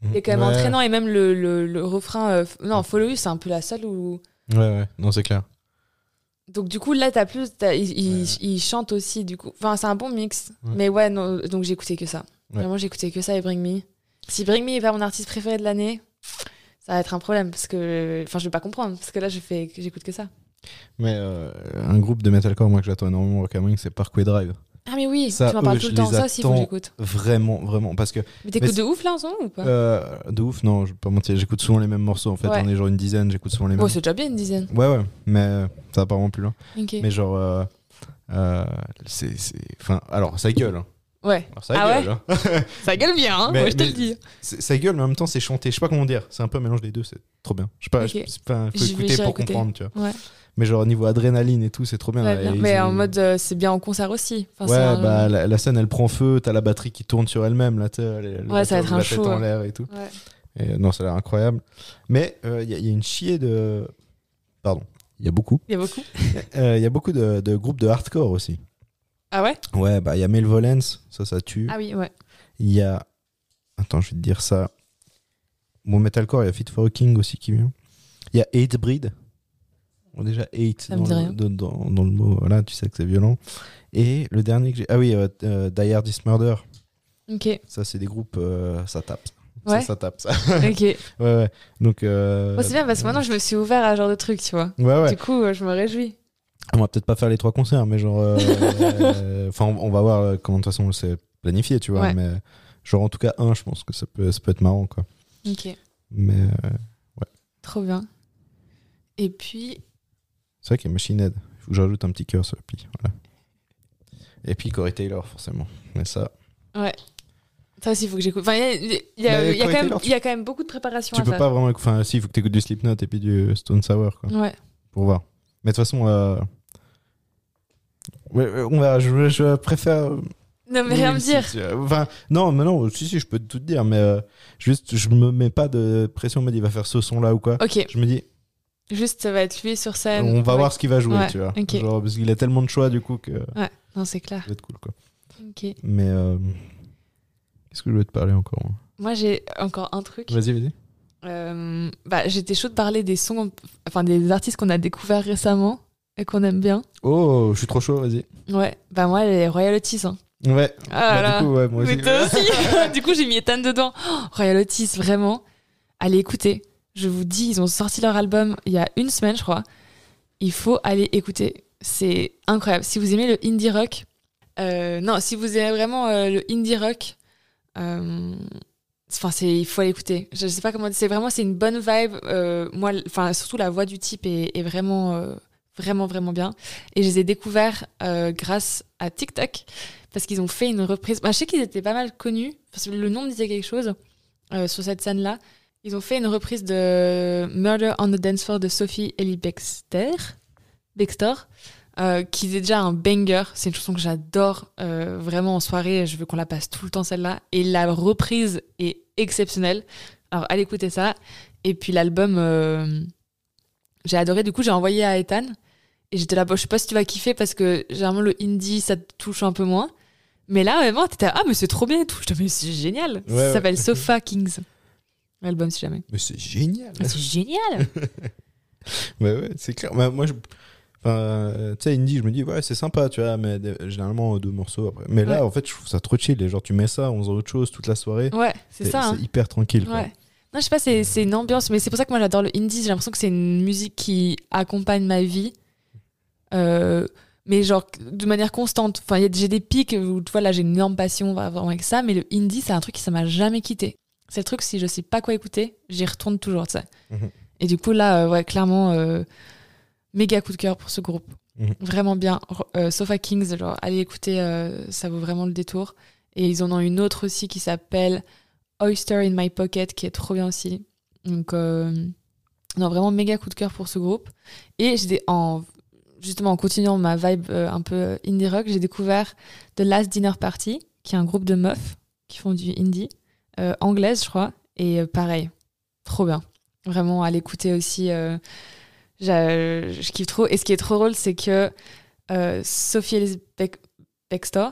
[SPEAKER 5] il est quand même
[SPEAKER 4] Ouais.
[SPEAKER 5] entraînant. Et même le, le, le refrain, euh, f- non,
[SPEAKER 4] Ouais.
[SPEAKER 5] Follow You, c'est un peu la seule où.
[SPEAKER 4] Ouais, ouais. Non, c'est clair.
[SPEAKER 5] Donc, du coup, là, t'as plus. t'as- il, il-
[SPEAKER 4] Ouais.
[SPEAKER 5] il chante aussi, du coup. Enfin, c'est un bon mix.
[SPEAKER 4] Ouais.
[SPEAKER 5] Mais ouais, non, donc j'écoutais que ça.
[SPEAKER 4] Ouais.
[SPEAKER 5] Vraiment, j'écoutais que ça et Bring Me. Si Bring Me est pas mon artiste préféré de l'année, ça va être un problème. Parce que. Enfin, je vais pas comprendre. Parce que là, je fais- j'écoute que ça.
[SPEAKER 4] Mais euh, un groupe de metalcore, moi, que j'attends énormément au Cameroun, c'est Parkway Drive.
[SPEAKER 5] Ah, mais oui,
[SPEAKER 4] Ça,
[SPEAKER 5] tu m'en
[SPEAKER 4] eux,
[SPEAKER 5] parles tout
[SPEAKER 4] je
[SPEAKER 5] le temps.
[SPEAKER 4] les
[SPEAKER 5] Ça aussi, il faut que
[SPEAKER 4] attends
[SPEAKER 5] j'écoute.
[SPEAKER 4] Vraiment, vraiment. Parce que,
[SPEAKER 5] Mais t'écoutes
[SPEAKER 4] Mais
[SPEAKER 5] de ouf là en ce moment ou pas
[SPEAKER 4] euh, de ouf, non, je vais pas mentir, j'écoute souvent les mêmes morceaux. En fait,
[SPEAKER 5] Ouais.
[SPEAKER 4] j'en ai genre une dizaine, j'écoute souvent les mêmes.
[SPEAKER 5] Bon, c'est déjà bien une dizaine.
[SPEAKER 4] ouais, ouais. Mais euh, ça va pas vraiment plus loin.
[SPEAKER 5] Ok.
[SPEAKER 4] Mais genre. euh, euh, c'est, c'est... Enfin, alors, ça gueule. hein.
[SPEAKER 5] Ouais,
[SPEAKER 4] Alors, ça
[SPEAKER 5] Ah
[SPEAKER 4] gueule. hein.
[SPEAKER 5] ça gueule bien, hein
[SPEAKER 4] Mais-
[SPEAKER 5] moi, je te
[SPEAKER 4] mais-
[SPEAKER 5] le dis.
[SPEAKER 4] <laughs> C'est- ça gueule, mais en même temps, c'est chanté. Je sais pas comment dire. C'est un peu un mélange des deux, c'est trop bien. Je sais pas,
[SPEAKER 5] Ok.
[SPEAKER 4] je- c'est pas- faut
[SPEAKER 5] Je vais-
[SPEAKER 4] écouter
[SPEAKER 5] j'irai
[SPEAKER 4] pour
[SPEAKER 5] écouter.
[SPEAKER 4] comprendre, tu vois.
[SPEAKER 5] Ouais,
[SPEAKER 4] Mais genre, niveau adrénaline et tout, c'est trop bien.
[SPEAKER 5] ouais,
[SPEAKER 4] Et
[SPEAKER 5] bien.
[SPEAKER 4] ils
[SPEAKER 5] Mais
[SPEAKER 4] ont-
[SPEAKER 5] en mode, euh, c'est bien en concert aussi. Enfin,
[SPEAKER 4] ouais,
[SPEAKER 5] c'est un-
[SPEAKER 4] bah, la, la scène elle prend feu, t'as la batterie qui tourne sur elle-même, là, tu sais, elle- elle-
[SPEAKER 5] Ouais, ça va être
[SPEAKER 4] la
[SPEAKER 5] un
[SPEAKER 4] tête
[SPEAKER 5] show,
[SPEAKER 4] en
[SPEAKER 5] ouais.
[SPEAKER 4] l'air et tout.
[SPEAKER 5] Ouais.
[SPEAKER 4] Et, euh, non, ça a l'air incroyable. Mais il y, a- y a une chier de. Pardon, il y a beaucoup.
[SPEAKER 5] Il y a beaucoup.
[SPEAKER 4] Il y a beaucoup de, de groupes de hardcore aussi.
[SPEAKER 5] Ah ouais
[SPEAKER 4] Ouais, bah, il y a Malevolence, ça, ça tue.
[SPEAKER 5] Ah oui, ouais.
[SPEAKER 4] Il y a. Attends, je vais te dire ça. Bon, Metalcore, il y a Fit for a King aussi qui vient. Il y a 8 Breed. Bon, déjà 8
[SPEAKER 5] me
[SPEAKER 4] dans,
[SPEAKER 5] dit
[SPEAKER 4] le-
[SPEAKER 5] rien.
[SPEAKER 4] dans- dans- dans le mot. Voilà, tu sais que c'est violent. Et le dernier que j'ai. Ah oui, euh, euh, Die Hard Is Murder.
[SPEAKER 5] <laughs> Ok,
[SPEAKER 4] Ça, c'est des groupes. euh, ça tape.
[SPEAKER 5] ouais.
[SPEAKER 4] Ça, ça tape, ça. <laughs>
[SPEAKER 5] ok.
[SPEAKER 4] Ouais, ouais. Donc. euh,
[SPEAKER 5] Bon, c'est bien parce que maintenant, je me suis ouvert à ce genre de truc, tu vois.
[SPEAKER 4] Ouais, ouais.
[SPEAKER 5] Du coup, euh, je me réjouis.
[SPEAKER 4] On va peut-être pas faire les trois concerts, mais genre. euh,
[SPEAKER 5] <laughs>
[SPEAKER 4] euh, Enfin, on, on va voir euh, comment de toute façon c'est planifié, tu vois.
[SPEAKER 5] Ouais.
[SPEAKER 4] Mais genre, en tout cas, un, je pense que ça peut, ça peut être marrant, quoi.
[SPEAKER 5] Ok,
[SPEAKER 4] Mais euh,
[SPEAKER 5] trop bien. Et puis,
[SPEAKER 4] c'est vrai qu'il y a Machine Head. Il faut que je rajoute un petit cœur sur le pli. Voilà. Et puis Corey Taylor, forcément. Mais ça,
[SPEAKER 5] ça aussi, il faut que j'écoute. Enfin, il y a, il y a-
[SPEAKER 4] Mais
[SPEAKER 5] il
[SPEAKER 4] Corey
[SPEAKER 5] y a quand même-
[SPEAKER 4] Taylor, tu-
[SPEAKER 5] il y a quand même beaucoup de préparation
[SPEAKER 4] tu
[SPEAKER 5] à
[SPEAKER 4] peux
[SPEAKER 5] faire.
[SPEAKER 4] pas vraiment. Enfin, si, il faut que tu écoutes du Slipknot et puis du euh, Stone Sour, quoi.
[SPEAKER 5] Ouais,
[SPEAKER 4] pour voir. Mais de toute façon, euh, ouais, ouais, on va, je, je préfère.
[SPEAKER 5] non, mais rien
[SPEAKER 4] Oui,
[SPEAKER 5] me
[SPEAKER 4] si,
[SPEAKER 5] dire.
[SPEAKER 4] si, euh, Enfin, non, mais non, si, si, je peux tout te dire, mais euh, juste, je me mets pas de pression, on me dit, il va faire ce son-là ou quoi.
[SPEAKER 5] Ok,
[SPEAKER 4] Je me dis,
[SPEAKER 5] juste, ça va être lui sur scène.
[SPEAKER 4] on va
[SPEAKER 5] Ouais.
[SPEAKER 4] voir ce qu'il va jouer,
[SPEAKER 5] Ouais,
[SPEAKER 4] tu vois.
[SPEAKER 5] ok.
[SPEAKER 4] Genre, parce qu'il a tellement de choix, du coup, que ça
[SPEAKER 5] Ouais, non, c'est clair.
[SPEAKER 4] va être cool, quoi.
[SPEAKER 5] Ok.
[SPEAKER 4] Mais. euh, Qu'est-ce que je voulais te parler encore moi
[SPEAKER 5] Moi, j'ai encore un truc.
[SPEAKER 4] Vas-y, vas-y.
[SPEAKER 5] Euh, bah, j'étais chaud de parler des sons, enfin des artistes qu'on a découverts récemment et qu'on aime bien.
[SPEAKER 4] Oh, je suis trop chaud, vas-y.
[SPEAKER 5] Ouais, bah moi les royalties. Hein.
[SPEAKER 4] Ouais.
[SPEAKER 5] Ah
[SPEAKER 4] Bah,
[SPEAKER 5] là.
[SPEAKER 4] du coup, ouais, moi
[SPEAKER 5] Mais
[SPEAKER 4] aussi.
[SPEAKER 5] toi
[SPEAKER 4] <laughs>
[SPEAKER 5] aussi. du coup, j'ai mis Ethan dedans. Oh, royalties, vraiment. Allez écouter. Je vous dis, ils ont sorti leur album il y a une semaine, je crois. Il faut aller écouter. C'est incroyable. Si vous aimez le indie rock, euh, non, si vous aimez vraiment euh, le indie rock, euh, enfin, c'est il faut aller écouter. Je sais pas comment dire. C'est vraiment, c'est une bonne vibe. Euh, moi, l- enfin, surtout la voix du type est, est vraiment, euh, vraiment, vraiment bien. Et je les ai découverts euh, grâce à TikTok parce qu'ils ont fait une reprise. Bah, je sais qu'ils étaient pas mal connus, parce que le nom me disait quelque chose euh, sur cette scène-là. Ils ont fait une reprise de Murder on the Dance Floor de Sophie Ellie Baxter, Baxter euh, qui est déjà un banger. C'est une chanson que j'adore euh, vraiment en soirée. Je veux qu'on la passe tout le temps celle-là. Et la reprise est exceptionnelle. Alors allez écouter ça. Et puis l'album, euh, j'ai adoré. Du coup, j'ai envoyé à Ethan. Et j'étais là, bon, je sais pas si tu vas kiffer parce que généralement le indie, ça te touche un peu moins. Mais là, vraiment, t'étais, ah, mais c'est trop bien et tout. Je dis, mais c'est génial.
[SPEAKER 4] Ouais, ouais.
[SPEAKER 5] ça s'appelle Sofa Kings. L'album, si jamais.
[SPEAKER 4] Mais Bah, c'est génial.
[SPEAKER 5] Mais C'est génial.
[SPEAKER 4] Bah ouais, c'est clair. Bah, moi, je... enfin, euh, tu sais, Indie, je me dis, ouais, c'est sympa, tu vois, mais euh, généralement euh, deux morceaux après. Mais là, en fait, je trouve ça trop chill. Et genre, tu mets ça, on faisant autre chose toute la soirée.
[SPEAKER 5] Ouais, c'est ça. hein.
[SPEAKER 4] hyper tranquille. quoi.
[SPEAKER 5] Ouais. Non, je sais pas, c'est c'est une ambiance, mais c'est pour ça que moi j'adore le indie. J'ai l'impression que c'est une musique qui accompagne ma vie, euh, mais genre de manière constante. Enfin, il y a- j'ai des pics où tu vois là j'ai une énorme passion vraiment avec ça, mais le indie c'est un truc qui ça m'a jamais quitté. C'est le truc si je sais pas quoi écouter, j'y retourne toujours, tu sais.
[SPEAKER 4] Mhm.
[SPEAKER 5] Et du coup là, euh, ouais, clairement, euh, méga coup de cœur pour ce groupe.
[SPEAKER 4] Mhm.
[SPEAKER 5] Vraiment bien. Ro- euh, Sofa Kings, genre allez écouter, euh, ça vaut vraiment le détour. Et ils en ont une autre aussi qui s'appelle Oyster in My Pocket qui est trop bien aussi. Donc, euh, non, vraiment méga coup de cœur pour ce groupe. Et j'ai des- en, justement en continuant ma vibe euh, un peu indie rock, j'ai découvert The Last Dinner Party, qui est un groupe de meufs qui font du indie, euh, anglaise je crois. Et euh, pareil, trop bien. Vraiment à l'écouter aussi, euh, j'a- euh, je kiffe trop. Et ce qui est trop drôle, c'est que euh, Sophie Elise Beck- Bextor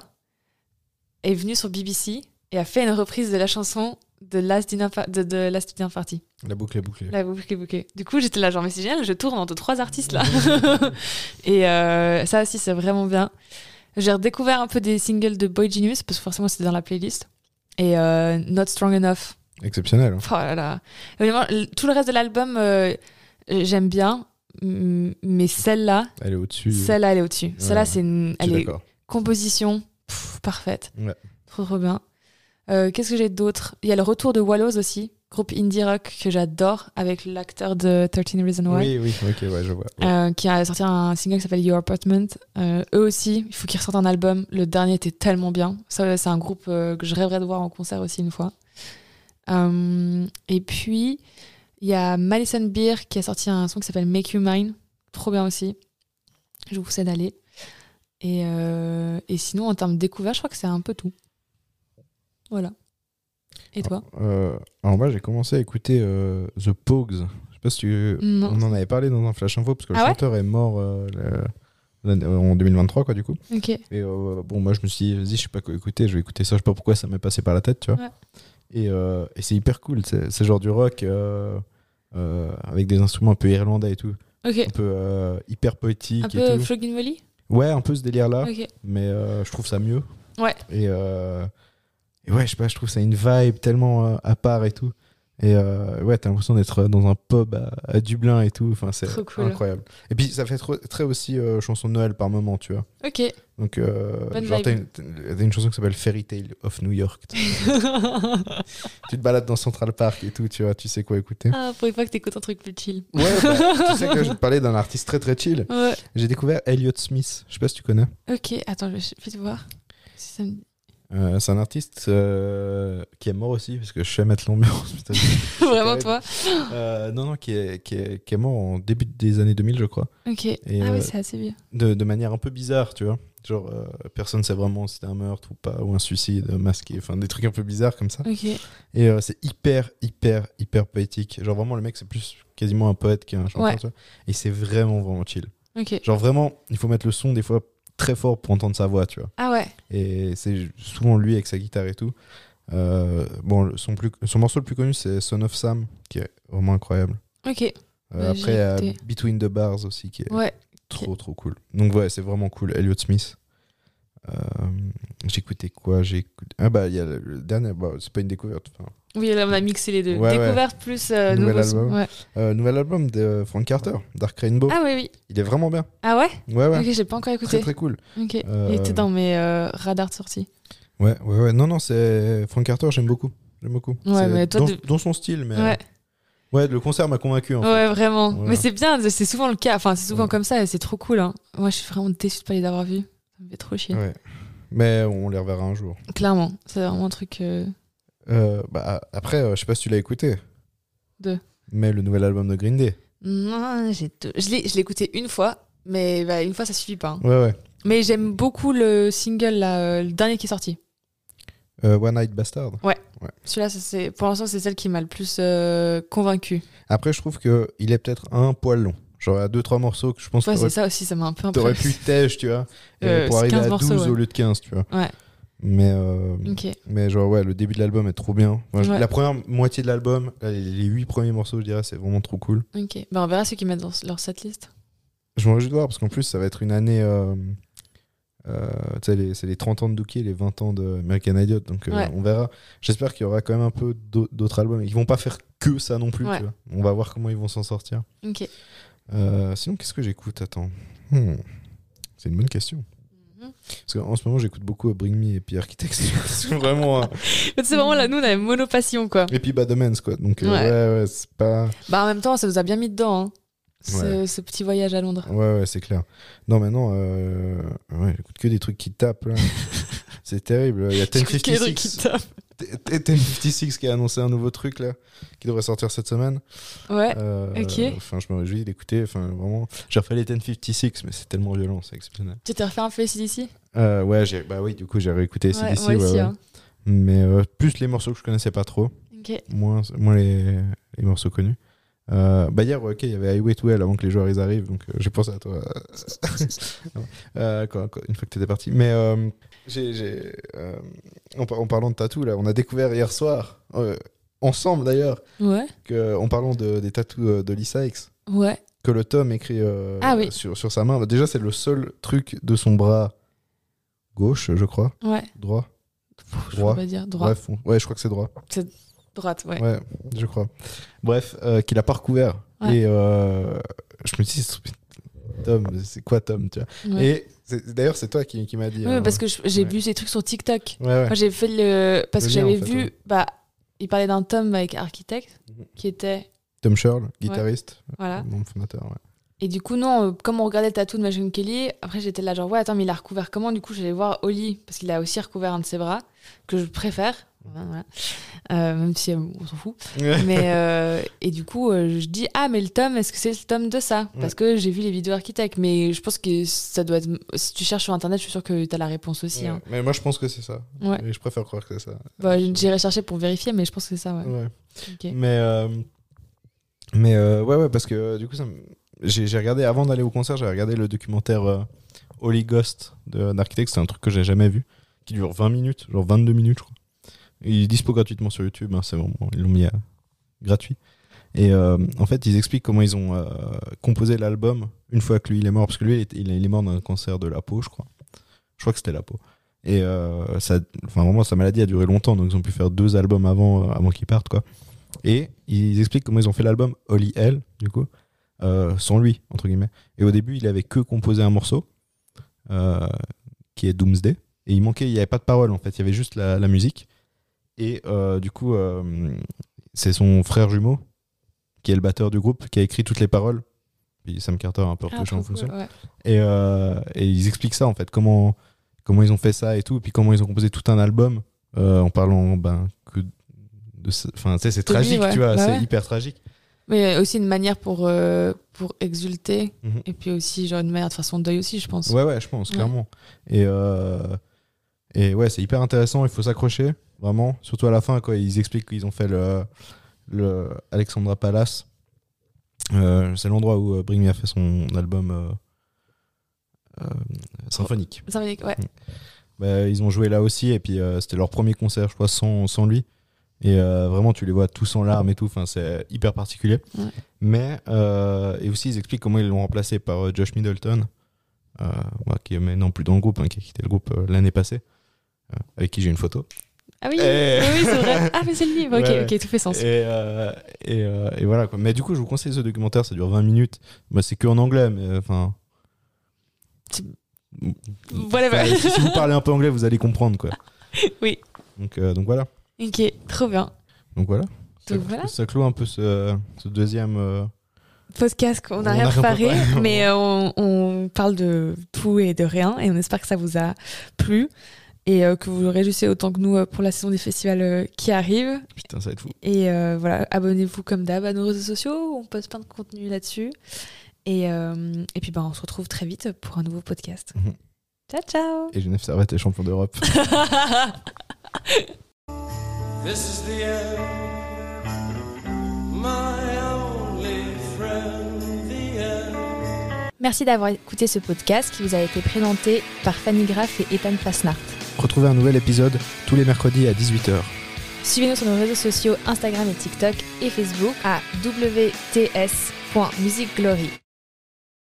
[SPEAKER 5] est venue sur BBC et a fait une reprise de la chanson de Last Dinner, Par- de, de Last Dinner Party.
[SPEAKER 4] La boucle est bouclée.
[SPEAKER 5] La boucle est bouclée. Du coup, j'étais là, genre, mais c'est génial, je tourne entre trois
[SPEAKER 4] <laughs>
[SPEAKER 5] artistes là. et euh, ça aussi, c'est vraiment bien. J'ai redécouvert un peu des singles de Boy Genius, parce que forcément, c'était dans la playlist. Et euh, Not Strong Enough.
[SPEAKER 4] Exceptionnel. hein.
[SPEAKER 5] Oh là là. Vraiment, l- tout le reste de l'album, euh, j'aime bien. mm, Mais celle-là,
[SPEAKER 4] Elle est au-dessus.
[SPEAKER 5] celle-là, elle est au-dessus. Celle-là,
[SPEAKER 4] ouais.
[SPEAKER 5] c'est une.
[SPEAKER 4] Je suis
[SPEAKER 5] Elle est
[SPEAKER 4] d'accord.
[SPEAKER 5] composition pff, parfaite.
[SPEAKER 4] Ouais.
[SPEAKER 5] Trop trop bien. Euh, Qu'est-ce que j'ai d'autre Il y a le retour de Wallows aussi, groupe indie rock que j'adore avec l'acteur de 13 Reasons Why.
[SPEAKER 4] Oui, oui, ok, ouais, je vois. Ouais.
[SPEAKER 5] euh, qui a sorti un single qui s'appelle Your Apartment. Euh, eux aussi, il faut qu'ils ressortent un album. Le dernier était tellement bien. Ça, c'est un groupe euh, que je rêverais de voir en concert aussi une fois. Euh, et puis, il y a Madison Beer qui a sorti un son qui s'appelle Make You Mine. Trop bien aussi. Je vous conseille d'aller. Et, euh, et sinon, en termes de découverte, je crois que c'est un peu tout. Voilà. Et toi
[SPEAKER 4] Euh, alors moi j'ai commencé à écouter euh, The Pogues. Je sais pas si tu...
[SPEAKER 5] Non.
[SPEAKER 4] on en avait parlé dans un flash info parce que le
[SPEAKER 5] Mm. Ah ouais
[SPEAKER 4] chanteur est mort euh, le- l'année- en 2023 quoi du coup.
[SPEAKER 5] Ok.
[SPEAKER 4] Et euh, bon moi je me suis dit vas-y je sais pas quoi écouter, je vais écouter ça, je sais pas pourquoi ça m'est passé par la tête tu vois.
[SPEAKER 5] Ouais.
[SPEAKER 4] Et, euh, et c'est hyper cool, c'est c'est genre du rock euh, euh, avec des instruments un peu irlandais et tout,
[SPEAKER 5] Ok.
[SPEAKER 4] un peu euh, hyper poétique
[SPEAKER 5] Un
[SPEAKER 4] et
[SPEAKER 5] peu
[SPEAKER 4] tout. Ah.
[SPEAKER 5] Flogging Molly
[SPEAKER 4] Ouais un peu ce délire là
[SPEAKER 5] Ok.
[SPEAKER 4] mais euh, je trouve ça mieux.
[SPEAKER 5] Ouais.
[SPEAKER 4] Et, euh, et ouais, je sais pas, je trouve ça une vibe tellement euh, à part et tout. Et euh, ouais, t'as l'impression d'être dans un pub à, à Dublin et tout. Enfin, c'est
[SPEAKER 5] Trop cool.
[SPEAKER 4] incroyable. Et puis, ça fait trop- très aussi euh, chanson de Noël par moment, tu vois.
[SPEAKER 5] Ok.
[SPEAKER 4] Donc, euh,
[SPEAKER 5] Bonne
[SPEAKER 4] genre,
[SPEAKER 5] vibe.
[SPEAKER 4] t'as une, t'as une chanson qui s'appelle Fairy Tale of New York.
[SPEAKER 5] <laughs>
[SPEAKER 4] tu te balades dans Central Park et tout, tu vois, tu sais quoi écouter.
[SPEAKER 5] Ah, pour une fois que t'écoutes un truc plus chill.
[SPEAKER 4] Ouais, bah, tu sais que je te parlais d'un artiste très très chill.
[SPEAKER 5] Ouais.
[SPEAKER 4] J'ai découvert Elliot Smith. Je sais pas si tu connais.
[SPEAKER 5] Ok, attends, je vais vite voir. Si ça me-
[SPEAKER 4] Euh, c'est un artiste euh, qui est mort aussi, parce que je sais mettre l'ambiance. putain.
[SPEAKER 5] Vraiment toi
[SPEAKER 4] Euh, non, non, qui est, qui, est, qui est mort en début des années 2000, je crois.
[SPEAKER 5] Ok.
[SPEAKER 4] Et,
[SPEAKER 5] ah
[SPEAKER 4] euh,
[SPEAKER 5] oui, c'est assez bien.
[SPEAKER 4] De, de manière un peu bizarre, tu vois. Genre, euh, personne sait vraiment si c'était un meurtre ou pas, ou un suicide masqué, enfin des trucs un peu bizarres comme ça.
[SPEAKER 5] Ok.
[SPEAKER 4] Et euh, c'est hyper, hyper, hyper poétique. Genre, vraiment, le mec, c'est plus quasiment un poète qu'un chanteur,
[SPEAKER 5] Ouais.
[SPEAKER 4] tu vois. Et c'est vraiment, vraiment chill.
[SPEAKER 5] Ok.
[SPEAKER 4] Genre, vraiment, il faut mettre le son des fois très fort pour entendre sa voix, tu vois.
[SPEAKER 5] Ah ouais.
[SPEAKER 4] Et c'est souvent lui avec sa guitare et tout. Euh, bon, le- son, plus, son morceau le plus connu, c'est Son of Sam, qui est vraiment incroyable.
[SPEAKER 5] Ok.
[SPEAKER 4] Euh,
[SPEAKER 5] Bah,
[SPEAKER 4] après,
[SPEAKER 5] j'ai
[SPEAKER 4] il y a
[SPEAKER 5] écouté.
[SPEAKER 4] Between the Bars aussi, qui est
[SPEAKER 5] Ouais.
[SPEAKER 4] trop, trop cool. Donc, ouais, c'est vraiment cool. Elliot Smith. Euh, J'écoutais quoi J'ai écouté- Ah, bah, il y a le, le dernier. bah, c'est pas une découverte. enfin,
[SPEAKER 5] Oui, là on a mixé les deux.
[SPEAKER 4] Ouais, ouais.
[SPEAKER 5] Découverte plus euh,
[SPEAKER 4] Nouvel
[SPEAKER 5] nouveau son.
[SPEAKER 4] album.
[SPEAKER 5] Ouais.
[SPEAKER 4] euh, nouvel album de Frank Carter, Dark Rainbow.
[SPEAKER 5] Ah oui, oui.
[SPEAKER 4] Il est vraiment bien.
[SPEAKER 5] Ah ouais,
[SPEAKER 4] Ouais, ouais.
[SPEAKER 5] Ok, j'ai pas encore écouté.
[SPEAKER 4] Très, très cool.
[SPEAKER 5] Ok.
[SPEAKER 4] Euh,
[SPEAKER 5] Il était dans mes euh, radars de sortie.
[SPEAKER 4] Ouais, ouais, ouais. Non, non, c'est. Frank Carter, j'aime beaucoup. J'aime beaucoup.
[SPEAKER 5] Ouais,
[SPEAKER 4] C'est
[SPEAKER 5] mais toi,
[SPEAKER 4] dans,
[SPEAKER 5] de-
[SPEAKER 4] dans son style, mais. euh,
[SPEAKER 5] Ouais.
[SPEAKER 4] Ouais, le concert m'a convaincu. En fait.
[SPEAKER 5] Ouais, vraiment.
[SPEAKER 4] Voilà.
[SPEAKER 5] Mais c'est bien, c'est souvent le cas. Enfin, c'est souvent
[SPEAKER 4] Ouais.
[SPEAKER 5] comme ça et c'est trop cool. hein. Moi, je suis vraiment déçue de pas les avoir vus. Ça me fait trop chier.
[SPEAKER 4] Ouais. Mais on les reverra un jour.
[SPEAKER 5] Clairement, c'est vraiment un truc. euh,
[SPEAKER 4] Euh, bah, après, euh, je sais pas si tu l'as écouté.
[SPEAKER 5] De
[SPEAKER 4] Mais le nouvel album de Green Day.
[SPEAKER 5] Non, j'ai deux- je l'ai je l'ai écouté une fois, mais bah, une fois ça suffit pas. hein.
[SPEAKER 4] Ouais, ouais.
[SPEAKER 5] Mais j'aime beaucoup le single, là, euh, le dernier qui est sorti.
[SPEAKER 4] Euh, One Night Bastard.
[SPEAKER 5] Celui-là, ça, c'est- pour l'instant, c'est celle qui m'a le plus euh, convaincue.
[SPEAKER 4] Après, je trouve que il est peut-être un poil long. Genre, il y a deux, trois morceaux que je pense
[SPEAKER 5] Tu vois,
[SPEAKER 4] que
[SPEAKER 5] c'est
[SPEAKER 4] t'aurais-
[SPEAKER 5] ça aussi, ça m'a un peu
[SPEAKER 4] t'aurais
[SPEAKER 5] impressionné.
[SPEAKER 4] pu tèche, tu vois. et
[SPEAKER 5] Euh,
[SPEAKER 4] pour arriver
[SPEAKER 5] 15
[SPEAKER 4] à
[SPEAKER 5] morceaux,
[SPEAKER 4] 12 au
[SPEAKER 5] ouais.
[SPEAKER 4] lieu de 15, tu vois.
[SPEAKER 5] Ouais.
[SPEAKER 4] Mais, euh,
[SPEAKER 5] Ok.
[SPEAKER 4] mais genre, ouais, le début de l'album est trop bien. Moi, je-
[SPEAKER 5] Ouais.
[SPEAKER 4] La première moitié de l'album, là, les- les huit premiers morceaux, je dirais, c'est vraiment trop cool.
[SPEAKER 5] Ok. Bah, on verra ceux qui mettent dans leur setlist.
[SPEAKER 4] Je m'en réjouis de voir parce qu'en plus, ça va être une année. euh, euh, tu sais, les- c'est les 30 ans de Dookie et les 20 ans de American Idiot. Donc euh,
[SPEAKER 5] Ouais.
[SPEAKER 4] on verra. J'espère qu'il y aura quand même un peu d'au- d'autres albums. Ils vont pas faire que ça non plus.
[SPEAKER 5] Ouais.
[SPEAKER 4] tu vois. On va voir comment ils vont s'en sortir.
[SPEAKER 5] Ok.
[SPEAKER 4] Euh, sinon, qu'est-ce que j'écoute Attends. Hmm. C'est une bonne question.
[SPEAKER 5] Mhm.
[SPEAKER 4] Parce qu'en ce moment, j'écoute beaucoup Bring Me et puis Architects. <laughs> C'est vraiment.
[SPEAKER 5] <laughs>
[SPEAKER 4] euh,
[SPEAKER 5] C'est vraiment là, nous, on avait monopassion, quoi.
[SPEAKER 4] Et puis Bad Omens, quoi. Donc, euh, ouais, ouais, c'est pas.
[SPEAKER 5] Bah, en même temps, ça nous a bien mis dedans, hein, ce,
[SPEAKER 4] Ouais.
[SPEAKER 5] ce petit voyage à Londres.
[SPEAKER 4] Ouais, ouais, c'est clair. Non, mais non, euh... ouais, j'écoute que des trucs qui tapent,
[SPEAKER 5] <laughs>
[SPEAKER 4] là. c'est terrible. Il y a
[SPEAKER 5] J'écoute que les trucs qui
[SPEAKER 4] 1056
[SPEAKER 5] tapent.
[SPEAKER 4] 1056 qui a annoncé un nouveau truc, là, qui devrait sortir cette semaine.
[SPEAKER 5] Ouais.
[SPEAKER 4] Euh,
[SPEAKER 5] ok.
[SPEAKER 4] Enfin, je me réjouis d'écouter. Enfin, vraiment. J'ai refait les 1056, mais c'est tellement violent, c'est exceptionnel.
[SPEAKER 5] Tu t'es refait un peu d'ici
[SPEAKER 4] Euh, ouais, j'ai... bah oui, du coup, j'ai réécouté
[SPEAKER 5] Ouais,
[SPEAKER 4] CDC.
[SPEAKER 5] moi
[SPEAKER 4] ouais,
[SPEAKER 5] aussi.
[SPEAKER 4] ouais.
[SPEAKER 5] hein.
[SPEAKER 4] Mais euh, plus les morceaux que je connaissais pas trop,
[SPEAKER 5] Ok.
[SPEAKER 4] moins, moins les, les morceaux connus. Euh, bah hier, ouais, ok, il y avait Highway to Hell avant que les joueurs ils arrivent, donc euh, j'ai pensé à
[SPEAKER 5] <laughs>
[SPEAKER 4] toi. Euh, quoi, quoi, une fois que t'étais parti. Mais euh, j'ai, j'ai, euh, en, par- en parlant de tatou, là, on a découvert hier soir, euh, ensemble d'ailleurs,
[SPEAKER 5] Ouais.
[SPEAKER 4] que, en parlant de, des tatous euh, de Lee Sykes,
[SPEAKER 5] Ouais.
[SPEAKER 4] que le tome écrit euh,
[SPEAKER 5] Ah oui.
[SPEAKER 4] sur, sur sa main, bah, déjà c'est le seul truc de son bras gauche, je crois,
[SPEAKER 5] Ouais.
[SPEAKER 4] droit.
[SPEAKER 5] Pff, Je
[SPEAKER 4] Droit.
[SPEAKER 5] peux pas dire. Droit.
[SPEAKER 4] Bref, on- ouais, je crois que c'est droit.
[SPEAKER 5] Droite, ouais.
[SPEAKER 4] Ouais, je crois. Bref, euh, qu'il a pas recouvert.
[SPEAKER 5] Ouais.
[SPEAKER 4] Et euh, je me dis, Tom, c'est quoi Tom tu vois
[SPEAKER 5] Ouais.
[SPEAKER 4] Et c'est- d'ailleurs, c'est toi qui, qui m'as dit.
[SPEAKER 5] Ouais,
[SPEAKER 4] hein.
[SPEAKER 5] parce que je- j'ai
[SPEAKER 4] ouais.
[SPEAKER 5] vu ces trucs sur TikTok.
[SPEAKER 4] Ouais, ouais.
[SPEAKER 5] Moi, j'ai fait le. Parce
[SPEAKER 4] Le
[SPEAKER 5] que
[SPEAKER 4] lien,
[SPEAKER 5] j'avais
[SPEAKER 4] en fait,
[SPEAKER 5] vu.
[SPEAKER 4] ouais.
[SPEAKER 5] Bah, il parlait d'un tome avec Architect,
[SPEAKER 4] Mhm.
[SPEAKER 5] qui était.
[SPEAKER 4] Tom Shirl, guitariste,
[SPEAKER 5] Voilà.
[SPEAKER 4] membre fondateur. ouais.
[SPEAKER 5] Et du coup, non, euh, comme on regardait le tatou de Machine Kelly, après j'étais là, genre, ouais, attends, mais il a recouvert comment Du coup, j'allais voir Oli, parce qu'il a aussi recouvert un de ses bras, que je préfère,
[SPEAKER 4] Mhm.
[SPEAKER 5] Voilà, voilà. Euh, même si euh, on s'en fout.
[SPEAKER 4] <laughs>
[SPEAKER 5] mais, euh, et du coup, euh, je dis, ah, mais le tome, est-ce que c'est le tome de ça Parce que j'ai vu les vidéos architectes, mais je pense que ça doit être. Si tu cherches sur internet, je suis sûre que t'as la réponse aussi.
[SPEAKER 4] Ouais.
[SPEAKER 5] hein.
[SPEAKER 4] Mais moi, je pense que c'est ça.
[SPEAKER 5] Ouais.
[SPEAKER 4] Et je préfère croire que c'est ça.
[SPEAKER 5] Bah, J'irai chercher pour vérifier, mais je pense que c'est ça, ouais.
[SPEAKER 4] Ouais.
[SPEAKER 5] Ok.
[SPEAKER 4] Mais, euh, mais euh, ouais, ouais, parce que euh, du coup, ça me- j'ai j'ai regardé, avant d'aller au concert, j'avais regardé le documentaire euh, Holy Ghost de- d'Architect. C'est un truc que j'ai jamais vu, qui dure 20 minutes, genre 22 minutes, je crois. Et il est dispo gratuitement sur YouTube, hein, c'est vraiment, ils l'ont mis à- gratuit. Et euh, en fait, ils expliquent comment ils ont euh, composé l'album une fois que lui il est mort, parce que lui il est, il est- il est mort d'un cancer de la peau, je crois. Je crois que c'était la peau. Et euh, ça, enfin vraiment, sa maladie a duré longtemps, donc ils ont pu faire deux albums avant, euh, avant qu'il parte, quoi. Et ils expliquent comment ils ont fait l'album Holly L, du coup, euh, sans lui, entre guillemets. Et au début, il avait que composé un morceau, euh, qui est Doomsday. Et il manquait, il n'y avait pas de paroles en fait, il y avait juste la, la musique. Et euh, du coup, euh, c'est son frère jumeau, qui est le batteur du groupe, qui a écrit toutes les paroles. Puis Sam Carter a un peu
[SPEAKER 5] Ah,
[SPEAKER 4] retouché
[SPEAKER 5] trop
[SPEAKER 4] en
[SPEAKER 5] cool,
[SPEAKER 4] fonction.
[SPEAKER 5] ouais.
[SPEAKER 4] Et, euh, et ils expliquent ça en fait, comment, comment ils ont fait ça et tout, et puis comment ils ont composé tout un album euh, en parlant ben, que de. ce- Enfin, tu sais, c'est
[SPEAKER 5] De lui,
[SPEAKER 4] tragique,
[SPEAKER 5] ouais.
[SPEAKER 4] tu vois,
[SPEAKER 5] Bah
[SPEAKER 4] c'est
[SPEAKER 5] ouais.
[SPEAKER 4] hyper tragique.
[SPEAKER 5] Mais aussi une manière pour, euh, pour exulter,
[SPEAKER 4] Mhm.
[SPEAKER 5] et puis aussi, genre, une manière de façon de deuil aussi, je pense.
[SPEAKER 4] Ouais, ouais, je pense,
[SPEAKER 5] Ouais.
[SPEAKER 4] clairement. Et, euh, et ouais, c'est hyper intéressant, il faut s'accrocher, vraiment. Surtout à la fin, quand ils expliquent qu'ils ont fait le, le Alexandra Palace. Euh, c'est l'endroit où euh, Bring Me a fait son album euh, euh, symphonique.
[SPEAKER 5] Ça veut dire que- ouais.
[SPEAKER 4] Bah, ils ont joué là aussi et puis euh, c'était leur premier concert je crois sans, sans lui et euh, vraiment tu les vois tous en larmes et tout enfin c'est hyper particulier
[SPEAKER 5] Ouais.
[SPEAKER 4] mais euh, et aussi ils expliquent comment ils l'ont remplacé par euh, Josh Middleton euh, bah, qui est maintenant plus dans le groupe hein, qui a quitté le groupe euh, l'année passée euh, avec qui j'ai une photo
[SPEAKER 5] Ah oui,
[SPEAKER 4] Eh.
[SPEAKER 5] oui, oui, c'est vrai. Ah, mais c'est le livre. Ok,
[SPEAKER 4] <laughs> Ouais, ouais.
[SPEAKER 5] ok, tout fait sens.
[SPEAKER 4] Et, euh, et, euh, et voilà quoi. Mais du coup, je vous conseille ce documentaire, ça dure 20 minutes. Bah, c'est que en anglais, mais enfin.
[SPEAKER 5] Tu-
[SPEAKER 4] Mm.
[SPEAKER 5] Voilà, voilà.
[SPEAKER 4] Enfin, si vous parlez un peu anglais, vous allez comprendre quoi.
[SPEAKER 5] <laughs> Oui.
[SPEAKER 4] Donc, euh, donc voilà.
[SPEAKER 5] Ok, trop bien.
[SPEAKER 4] Donc voilà.
[SPEAKER 5] Donc
[SPEAKER 4] ça,
[SPEAKER 5] voilà.
[SPEAKER 4] ça clôt un peu ce, ce deuxième. euh,
[SPEAKER 5] Podcast qu'on
[SPEAKER 4] On
[SPEAKER 5] n'a
[SPEAKER 4] a
[SPEAKER 5] rien
[SPEAKER 4] rien
[SPEAKER 5] préparé,
[SPEAKER 4] préparé.
[SPEAKER 5] <laughs> mais euh, on, on parle de tout et de rien, et on espère que ça vous a plu et euh, que vous réjouissez autant que nous euh, pour la saison des festivals euh, qui arrive.
[SPEAKER 4] Putain, ça va être fou.
[SPEAKER 5] Et euh, voilà, abonnez-vous comme d'hab à nos réseaux sociaux, on poste plein de contenu là-dessus. Et, euh, et puis ben, on se retrouve très vite pour un nouveau podcast.
[SPEAKER 4] Mhm.
[SPEAKER 5] Ciao, ciao
[SPEAKER 4] Et Genève Servette est champion d'Europe.
[SPEAKER 2] This is the end, my only friend, the end.
[SPEAKER 6] Merci d'avoir écouté ce podcast qui vous a été présenté par Fanny Graff et Ethan Fasnart.
[SPEAKER 4] Retrouvez un nouvel épisode tous les mercredis à 18h.
[SPEAKER 5] Suivez-nous sur nos réseaux sociaux Instagram et TikTok et Facebook à wts.musicglory.